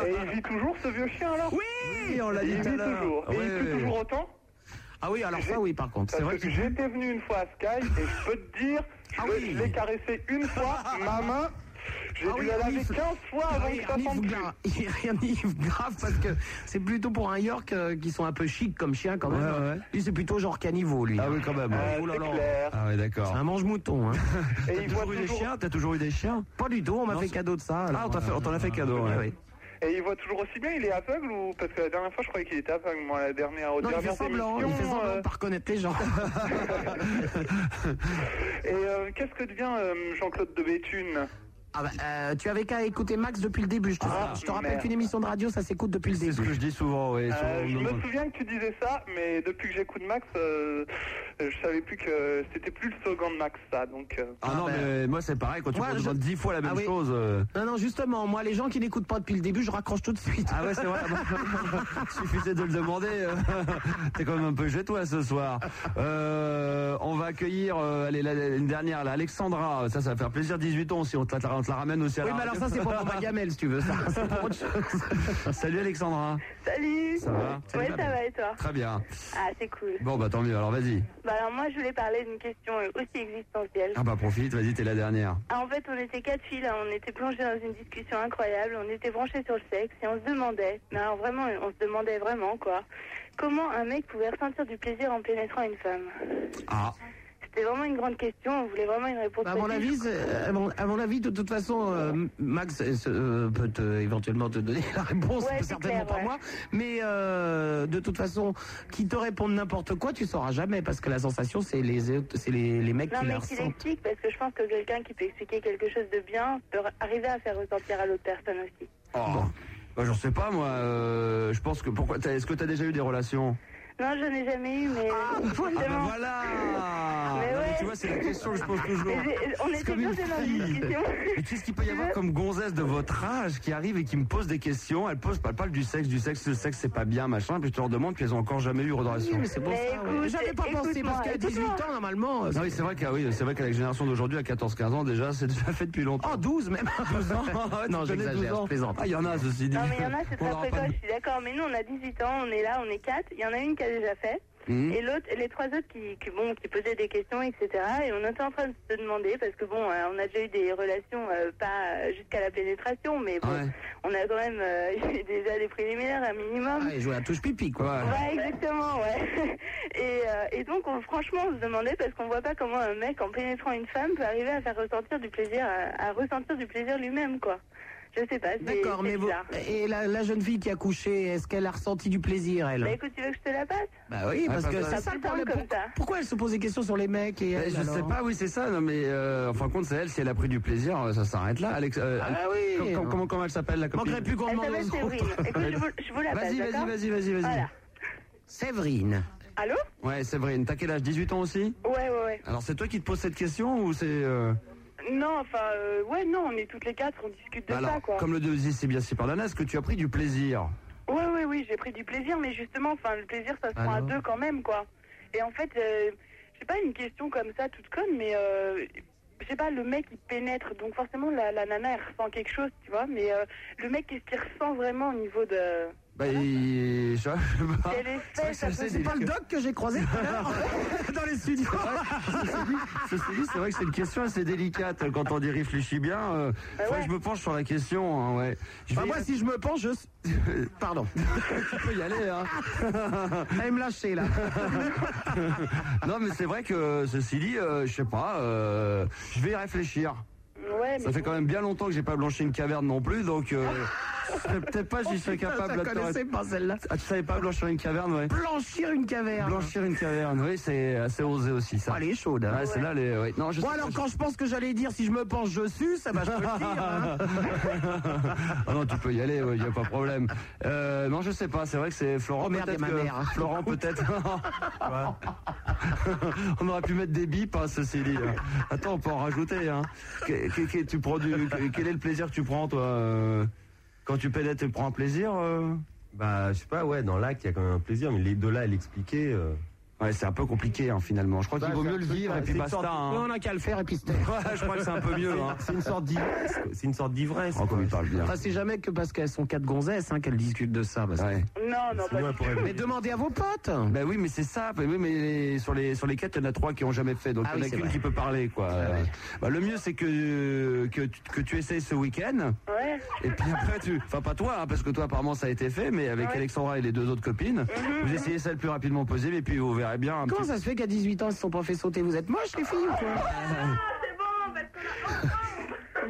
D: Et il vit toujours ce vieux chien alors
B: Oui, on l'a dit
D: Il
B: tout à
D: vit
B: l'heure.
D: toujours. Et
B: Ouais,
D: il
B: ouais,
D: pue
B: ouais.
D: toujours autant
B: Ah oui, alors ça, oui, par contre. C'est
D: Parce
B: vrai
D: que j'étais venu une fois à Sky et je peux te dire, je l'ai caressé une fois, ma main, j'ai
B: Ah
D: dû
B: oui,
D: la
B: un
D: laver
B: if.
D: 15 fois avant
B: Ah oui,
D: que
B: un
D: ça
B: if
D: sente
B: grave. Il y a un if grave parce que c'est plutôt pour un York euh, qui sont un peu chic comme chien quand même. Lui, c'est plutôt genre caniveau, lui. Ah oui, quand même.
A: Ah, c'est clair. Ah oui, d'accord.
B: C'est un mange-mouton. Hein.
D: Et il voit
A: toujours eu des
D: toujours-
A: chiens T'as toujours eu des chiens
B: Pas du tout, on m'a fait cadeau de ça. euh,
A: Ah, on t'a fait- on t'en a fait cadeau, ouais.
D: Et il voit toujours aussi bien, il est aveugle ou parce que la dernière fois je croyais qu'il était aveugle, moi la dernière aux
B: Non, il fait
D: dernières
B: semblant, il
D: émissions,
B: fait semblant
D: euh,
B: de pas reconnaître les gens.
D: Et euh, qu'est-ce que devient euh, Jean-Claude de Béthune
B: Ah bah, euh, tu avais qu'à écouter Max depuis le début. Je te,
D: Ah,
B: je te rappelle
D: merde.
B: qu'une émission de radio, ça s'écoute depuis le début.
A: C'est ce que je dis souvent, oui.
D: Euh, je
A: souvent,
D: me
A: non.
D: souviens que tu disais ça, mais depuis que j'écoute Max, euh, je savais plus que c'était plus le slogan de Max ça, donc. euh,
A: Ah non, mais moi c'est pareil, quand tu
B: Moi,
A: me
B: ben. je-
A: demandes 10 fois la même
B: Ah oui.
A: chose. euh,
B: Non, non, justement, moi, les gens qui n'écoutent pas depuis le début, je raccroche tout de suite.
A: Ah ouais, c'est vrai. Suffisait de le demander. euh, T'es quand même un peu chez toi ce soir. Euh, on va accueillir euh, allez, la, la- une dernière, là, Alexandra. Ça, ça va faire plaisir. 18 ans, si on te la, on te la ramène aussi à
B: oui,
A: la
B: mais alors
A: radio.
B: ça, c'est pas pour ma gamelle, si tu veux. Ça, c'est pour autre chose.
A: Salut Alexandra.
Q: Salut
A: Ça va Salut,
Q: Ouais,
A: ma
Q: ça
A: belle.
Q: va et toi
A: Très bien.
Q: Ah, c'est cool.
A: Bon, bah tant mieux. Alors vas-y.
Q: Bah, alors moi, je voulais parler d'une question euh, aussi existentielle.
A: Ah bah profite, vas-y, t'es la dernière.
Q: Ah, en fait, on était quatre filles, là, on était plongés dans une discussion incroyable, on était branchés sur le sexe et on se demandait, mais alors vraiment, euh, on se demandait vraiment quoi, comment un mec pouvait ressentir du plaisir en pénétrant une femme
A: Ah.
Q: C'était vraiment une grande question, on voulait vraiment une réponse.
B: Bah, à, mon
Q: facile.
B: avis, c'est- à, mon, à mon avis, de toute façon, euh, Max euh, se- euh, peut te- éventuellement te donner la réponse,
Q: Ouais, c'est
B: certainement
Q: clair,
B: pas
Q: ouais.
B: moi. Mais euh, de toute façon, qui te répondent n'importe quoi, tu sauras jamais, parce que la sensation, c'est les, autres- c'est les, les mecs
Q: Non,
B: qui
Q: mais
B: la
Q: qu'il
B: ressentent.
Q: explique, parce que je pense que quelqu'un qui peut expliquer quelque chose de bien peut arriver à faire ressentir à l'autre personne aussi.
A: Oh. Bah, j'en sais pas moi. euh, je pense que pourquoi. t'as- Est-ce que t'as déjà eu des relations
Q: Non, je n'ai jamais eu, mais.
A: Ah bah
Q: justement-
A: voilà
Q: Mais
A: Ah, Non, mais
Q: ouais.
A: Tu vois, c'est la question que je pose toujours.
Q: Mais j'ai- on
A: C'est
Q: était
A: comme une
Q: tous dans la
A: fille.
Q: discussion.
A: Mais qu'est-ce qu'il peut y avoir comme gonzesse de votre âge qui arrive et qui me pose des questions Elle pose, elle parle du sexe, du sexe, le sexe c'est pas bien, machin, puis je te leur demande, puis elles ont encore jamais eu de relation.
B: Oui, mais c'est pour Mais ça, écoute, ouais. J'avais pas pensé, écoute-moi, parce qu'à 18 ans, écoute-moi. normalement. euh,
A: Non, oui, c'est vrai qu'à oui, c'est vrai qu'à la génération d'aujourd'hui, à 14-15 ans déjà, c'est déjà fait depuis longtemps.
B: Oh, 12 même
A: 12 ans Tu
B: Non,
A: connais 12
B: j'exagère,
A: ans
B: je plaisante.
A: Ah, il y en a, ceci dit.
Q: Non, mais il y en a, c'est
A: On
Q: très
A: leur a pas
Q: précoce,
A: dit.
Q: je suis d'accord. Mais nous, on a 18 ans, on est là, on est quatre. Il y en a une qui a déjà fait.
A: Mhm.
Q: Et l'autre, les trois autres qui, qui, bon, qui posaient des questions, etc. Et on était en train de se demander, parce que bon, euh, on a déjà eu des relations, euh, pas euh, jusqu'à la pénétration, mais bon, on a quand même euh, eu déjà des préliminaires, un minimum.
B: Et jouer à touche pipi, quoi.
Q: Ouais, exactement, ouais. Et, euh, et donc, on- franchement, on se demandait parce qu'on voit pas comment un mec, en pénétrant une femme, peut arriver à faire ressentir du plaisir, à, à ressentir du plaisir lui-même, quoi. Je sais pas. c'est-
B: D'accord,
Q: c'est
B: mais vous,
Q: bizarre.
B: et la, la jeune fille qui a couché, est-ce qu'elle a ressenti du plaisir, elle
Q: Bah écoute, tu veux que je te la passe
B: Bah oui, parce
A: Ah,
B: que
A: parce
B: c'est
A: que-
B: ça le problème. Pourquoi, pourquoi elle se pose des questions sur les mecs et
A: Eh,
B: elle,
A: je sais
B: alors
A: pas, oui, c'est ça. Non, mais euh, en fin de compte, c'est elle. Si elle a pris du plaisir, euh, ça s'arrête là. Alex, euh,
B: Ah oui.
A: com- com- Comment, comment elle s'appelle la copine
B: Manquerait plus qu'on Elle demande s'appelle aux autres. Séverine. Écoute, je vous- je vous la passe,
A: Vas-y, vas-y,
B: d'accord
A: vas-y, vas-y, vas-y.
Q: Voilà.
B: Séverine.
Q: Allô
A: Ouais, Séverine. T'as quel âge 18 ans aussi
Q: Ouais, ouais, ouais.
A: Alors, c'est toi qui te poses cette question ou c'est euh,
Q: Non, enfin, euh, ouais, non, on est toutes les quatre, on discute de
A: bah Alors,
Q: ça, quoi.
A: comme le deuxième, c'est bien si par Dana, est-ce que tu as pris du plaisir
Q: Ouais, ouais, oui, j'ai pris du plaisir, mais justement, enfin, le plaisir, ça se prend à
A: Alors
Q: deux quand même, quoi. Et en fait, euh, j'ai pas une question comme ça, toute conne, mais euh, je sais pas, le mec, il pénètre, donc forcément, la, la nana, elle ressent quelque chose, tu vois, mais euh, le mec, qu'est-ce qu'il ressent vraiment au niveau de.
A: Bah, il- ça, je sais pas.
B: Quel effet,
A: C'est vrai que
B: ça
A: ça
B: peut-
A: fait
B: c'est
A: des-
B: pas le doc que j'ai croisé tout à l'heure dans les studios.
A: C'est vrai, ceci dit- ceci dit, c'est vrai que c'est une question assez délicate euh, quand on y réfléchit bien. euh, faut que je me penche sur la question. hein, ouais.
B: Eh Bah, moi, si
A: je me penche, je... pardon. tu peux y aller. Hein.
B: Allez me lâcher là.
A: non, mais c'est vrai que ceci dit, euh, je sais pas. euh, je vais y réfléchir.
B: Eh,
C: Ouais,
A: Ça fait quand même bien longtemps que j'ai pas blanchi une caverne non plus, donc euh, je serais peut-être pas si je
B: Ah Oh,
A: serais
B: putain,
A: capable.
B: je la
A: de te-
B: connaissais pas, celle-là.
A: Ah, tu savais pas blanchir une caverne, ouais.
B: Blanchir une caverne.
A: Blanchir une caverne, oui, c'est assez osé aussi ça.
B: elle est chaude. hein.
A: Ouais, celle-là, elle est- ouais. Non, je
B: bon
A: sais-
B: alors quand je pense que j'allais dire si je me penche je suce, ça va je peux le dire. hein.
A: Ah non, tu peux y aller, il n'y a pas de problème. Euh, non, je sais pas, c'est vrai que c'est Florent.
B: Oh merde,
A: peut-être
B: y a ma
A: que-
B: mère.
A: Florent, peut-être. on aurait pu mettre des bips, hein, ceci dit. Attends, on peut en rajouter. Hein. Que- que- que- tu prends du- que- quel est le plaisir que tu prends, toi euh, Quand tu pédales, tu prends un plaisir euh
R: Bah, je sais pas, ouais, dans l'acte, il y a quand même un plaisir, mais les- de là à l'expliquer. euh. Bah,
A: Ouais, c'est un peu compliqué, hein, finalement. Je crois qu'il vaut
B: Bah,
A: mieux le vivre et puis basta. hein.
B: Ouais, On a qu'à le faire et puis c'est-
A: Ouais, je crois que c'est un peu mieux. Hein.
R: C'est une sorte d'ivresse. C'est une sorte d'ivresse. Oh, comme
A: il parle bien.
B: Enfin, c'est jamais que parce qu'elles sont quatre gonzesses hein, qu'elles discutent de ça. parce que-
C: Non, non, pas du tout.
B: Mais demandez à vos potes.
A: Ben oui, mais c'est ça. Ben oui, mais les- sur les sur les quatre, il y en a trois qui ont jamais fait, donc
B: Ah
A: il y en
B: oui,
A: a
B: c'est
A: qu'une
B: vrai. Ah
A: qui peut parler, quoi. Euh, bah, le mieux, c'est que que tu, que tu essayes ce week-end.
C: Ouais.
A: Et puis après, tu, enfin pas toi, hein, parce que toi apparemment ça a été fait, mais avec Alexandra et les deux autres
C: Mm-hmm,
A: copines, vous essayez ça le plus rapidement possible, et puis vous verrez bien. un
B: Comment
A: petit-
B: ça se fait qu'à 18 ans ils se sont pas fait sauter Vous êtes moches les filles ou quoi Ah,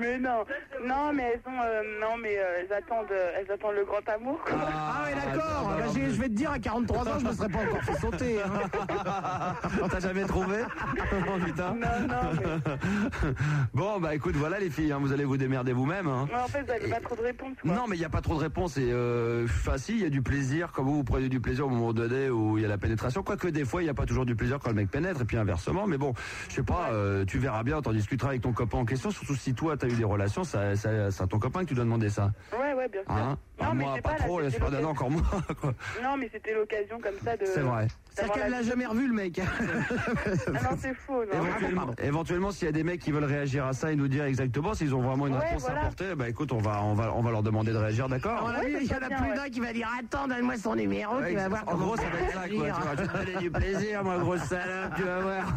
C: Mais non, non, mais elles ont, euh, non, mais euh, elles attendent, euh, elles attendent le grand amour. quoi.
B: Ah ouais d'accord. Bah, j'ai- je vais te dire à 43 ans je me serais pas encore fait sauter. hein.
A: T'as jamais trouvé Oh, putain. Bon, bah écoute, voilà les filles, hein, vous allez vous démerder vous-même. hein.
C: Ouais, en fait, vous n'avez pas trop de réponses.
A: Non, mais il n'y a pas trop de réponses. Et euh, enfin, si, il y a du plaisir. Comme vous, vous prenez du plaisir au moment donné où il y a la pénétration. Quoique des fois, il n'y a pas toujours du plaisir quand le mec pénètre. Et puis inversement. Mais bon, je sais pas, euh, tu verras bien. T'en discuteras avec ton copain en question. Surtout si toi, t'as eu des relations, ça- ça- c'est à ton copain que tu dois demander ça.
C: Ouais, ouais, bien sûr.
A: Hein
C: Non,
A: Ah,
C: mais
A: moi,
C: c'est
A: pas,
C: pas, là,
A: trop.
C: c'était
A: J'espère d'un an, encore moins. quoi.
C: Non, mais c'était l'occasion comme ça de.
A: C'est vrai.
B: C'est-à-dire qu'elle l'a jamais revu le mec.
C: Ah non, c'est faux. Non.
A: Éventuellement, éventuellement, s'il y a des mecs qui veulent réagir à ça et nous dire exactement s'ils ont vraiment une
B: Ouais,
A: réponse
B: voilà.
A: à apporter, bah écoute, on va, on va, on va leur demander de réagir,
B: À
A: d'accord
B: mon avis, il y en a plus d'un qui va dire ah Attends, donne-moi son numéro,
A: Ouais,
B: tu vas voir.
A: en
B: comment
A: gros,
B: je
A: ça
B: vais
A: va être ça, quoi. Tu
B: réagir.
A: vas te donner du plaisir, moi, grosse salope, tu vas voir.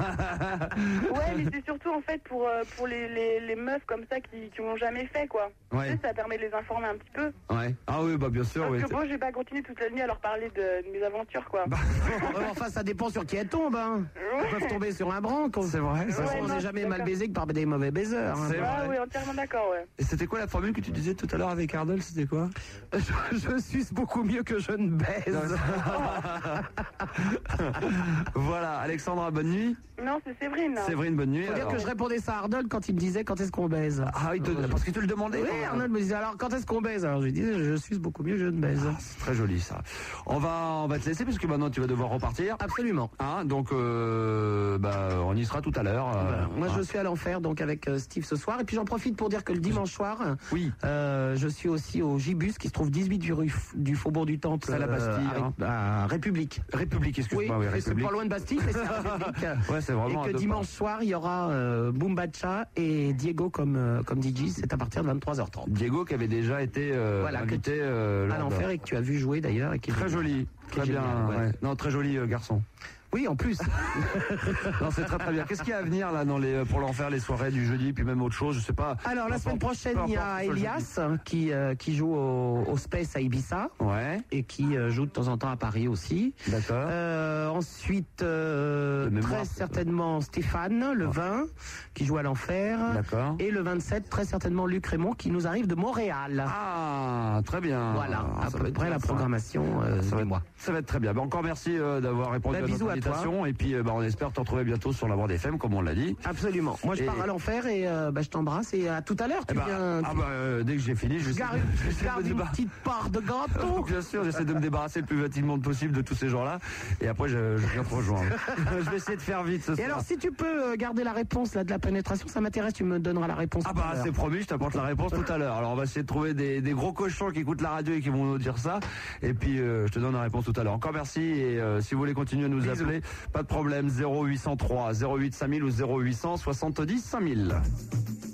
C: Ouais, mais c'est surtout en fait pour, euh, pour les, les, les meufs comme ça qui, qui l'ont jamais fait, quoi.
A: Ouais.
C: Tu sais, Ça permet de les informer un petit peu.
A: Ouais. Bah, Ah oui, bah bien sûr,
C: Parce
A: oui.
C: que moi, j'ai pas continué toute la nuit à leur parler de, de mes aventures, quoi.
B: Ouais, enfin, ça dépend sur qui elle tombe. Hein.
C: Ouais.
B: Ils peuvent tomber sur un branque. C'est
A: vrai.
C: Ouais,
B: on
C: non,
B: n'est
C: je
B: jamais
C: suis
B: mal
C: d'accord.
B: baisé que par des mauvais baiseurs. hein.
A: C'est
C: Ah
A: vrai.
C: oui, entièrement d'accord, ouais.
A: Et c'était quoi la formule que tu disais tout à l'heure avec Ardol C'était quoi
B: Euh,
A: je, suce beaucoup mieux que je ne baise. voilà, Alexandra, bonne nuit.
C: Non, c'est Séverine.
A: Séverine, bonne nuit.
B: Faut dire
A: alors.
B: que je répondais ça à Arnold quand il me disait quand est-ce qu'on baise. Euh,
A: Ah, il te- parce qu'il te le demandait, hein.
B: Oui,
A: quand même.
B: Arnold me disait alors quand est-ce qu'on baise Alors je lui disais je suis beaucoup mieux que je ne baise.
A: Ah, C'est Très joli ça. On va, on va te laisser parce que maintenant tu vas devoir repartir.
B: Absolument.
A: Hein, donc euh, bah, on y sera tout à l'heure. euh,
B: Bah, Moi,
A: hein.
B: je suis à l'enfer donc avec euh, Steve ce soir. Et puis j'en profite pour dire que le dimanche soir, euh, euh, je suis aussi au Gibus qui se trouve 18 du rue F- du Faubourg du Temple.
A: C'est
B: euh,
A: à la Bastille,
I: euh,
B: avec-
A: hein.
I: bah,
B: à République.
A: République, excuse-moi, oui,
B: mais c'est
A: République.
B: pas loin de Bastille, mais c'est à République.
A: Ouais, c'est vraiment à
B: Et
A: deux
B: que
A: pas.
B: dimanche soir, il y aura euh, Boombacha et Diego comme, euh, comme DJ. C'est à partir de 23h30.
A: Diego qui avait déjà été euh,
B: Voilà, que
A: invité euh,
B: à
A: lors de-
B: l'enfer et que tu as vu jouer d'ailleurs. et qui est
A: Très
B: génial.
A: joli,
B: Qui est
A: très bien.
B: génial, ouais.
A: ouais. Non, très joli euh, garçon.
B: Oui, en plus.
A: non, c'est très très bien. Qu'est-ce qu'il y a à venir là dans les euh, pour l'enfer les soirées du jeudi puis même autre chose, je sais pas.
B: Alors la
A: Peu
B: semaine
A: importe-
B: prochaine,
A: peu
B: il y
A: importe,
B: a
A: ce soit le
B: Elias hein, qui, euh, qui joue au, au Space à Ibiza. Et qui euh, joue de temps en temps à Paris aussi.
A: D'accord.
B: ensuite, euh, très certainement Stéphane, le 20, qui joue à l'enfer.
A: D'accord.
B: Et le 27, très certainement Luc Raymond, qui nous arrive de Montréal.
A: Ah, très bien. Ah,
B: Voilà, à peu près la programmation euh, du mois.
A: Ça va être très bien. Ben, encore merci euh, d'avoir répondu
B: Ben,
A: à
B: bisous
A: notre
B: à toi.
A: invitation. Et puis, euh, ben, on espère te retrouver bientôt sur la Bande FM, comme on l'a dit.
B: Absolument. Moi, je
A: Et-
B: pars à l'enfer et euh, bah, je t'embrasse. Et à tout à l'heure, tu
A: Eh ben,
B: viens.
A: ah
B: tu-
A: bah, euh, dès que j'ai fini, je
B: Je garde une-
A: j'essaie de
B: je garde
A: me
B: une
A: débarrasser.
B: petite part de gâteau.
A: Bien sûr, j'essaie de me débarrasser le plus rapidement possible de tous ces gens-là. Et après, je, je viens te rejoindre. je vais essayer de faire vite ce
B: Et
A: soir.
B: alors, si tu peux euh, garder la réponse là, de la pénétration, ça m'intéresse, tu me donneras la réponse.
A: Ah
B: tout à
A: bah
B: l'heure.
A: c'est promis, je t'apporte la réponse tout à l'heure. Alors on va essayer de trouver des, des gros cochons qui écoutent la radio et qui vont nous dire ça. Et puis euh, je te donne la réponse tout à l'heure. Encore merci et euh, si vous voulez continuer à nous appeler, pas de problème 0803 08 5000 ou 0800 70 5000.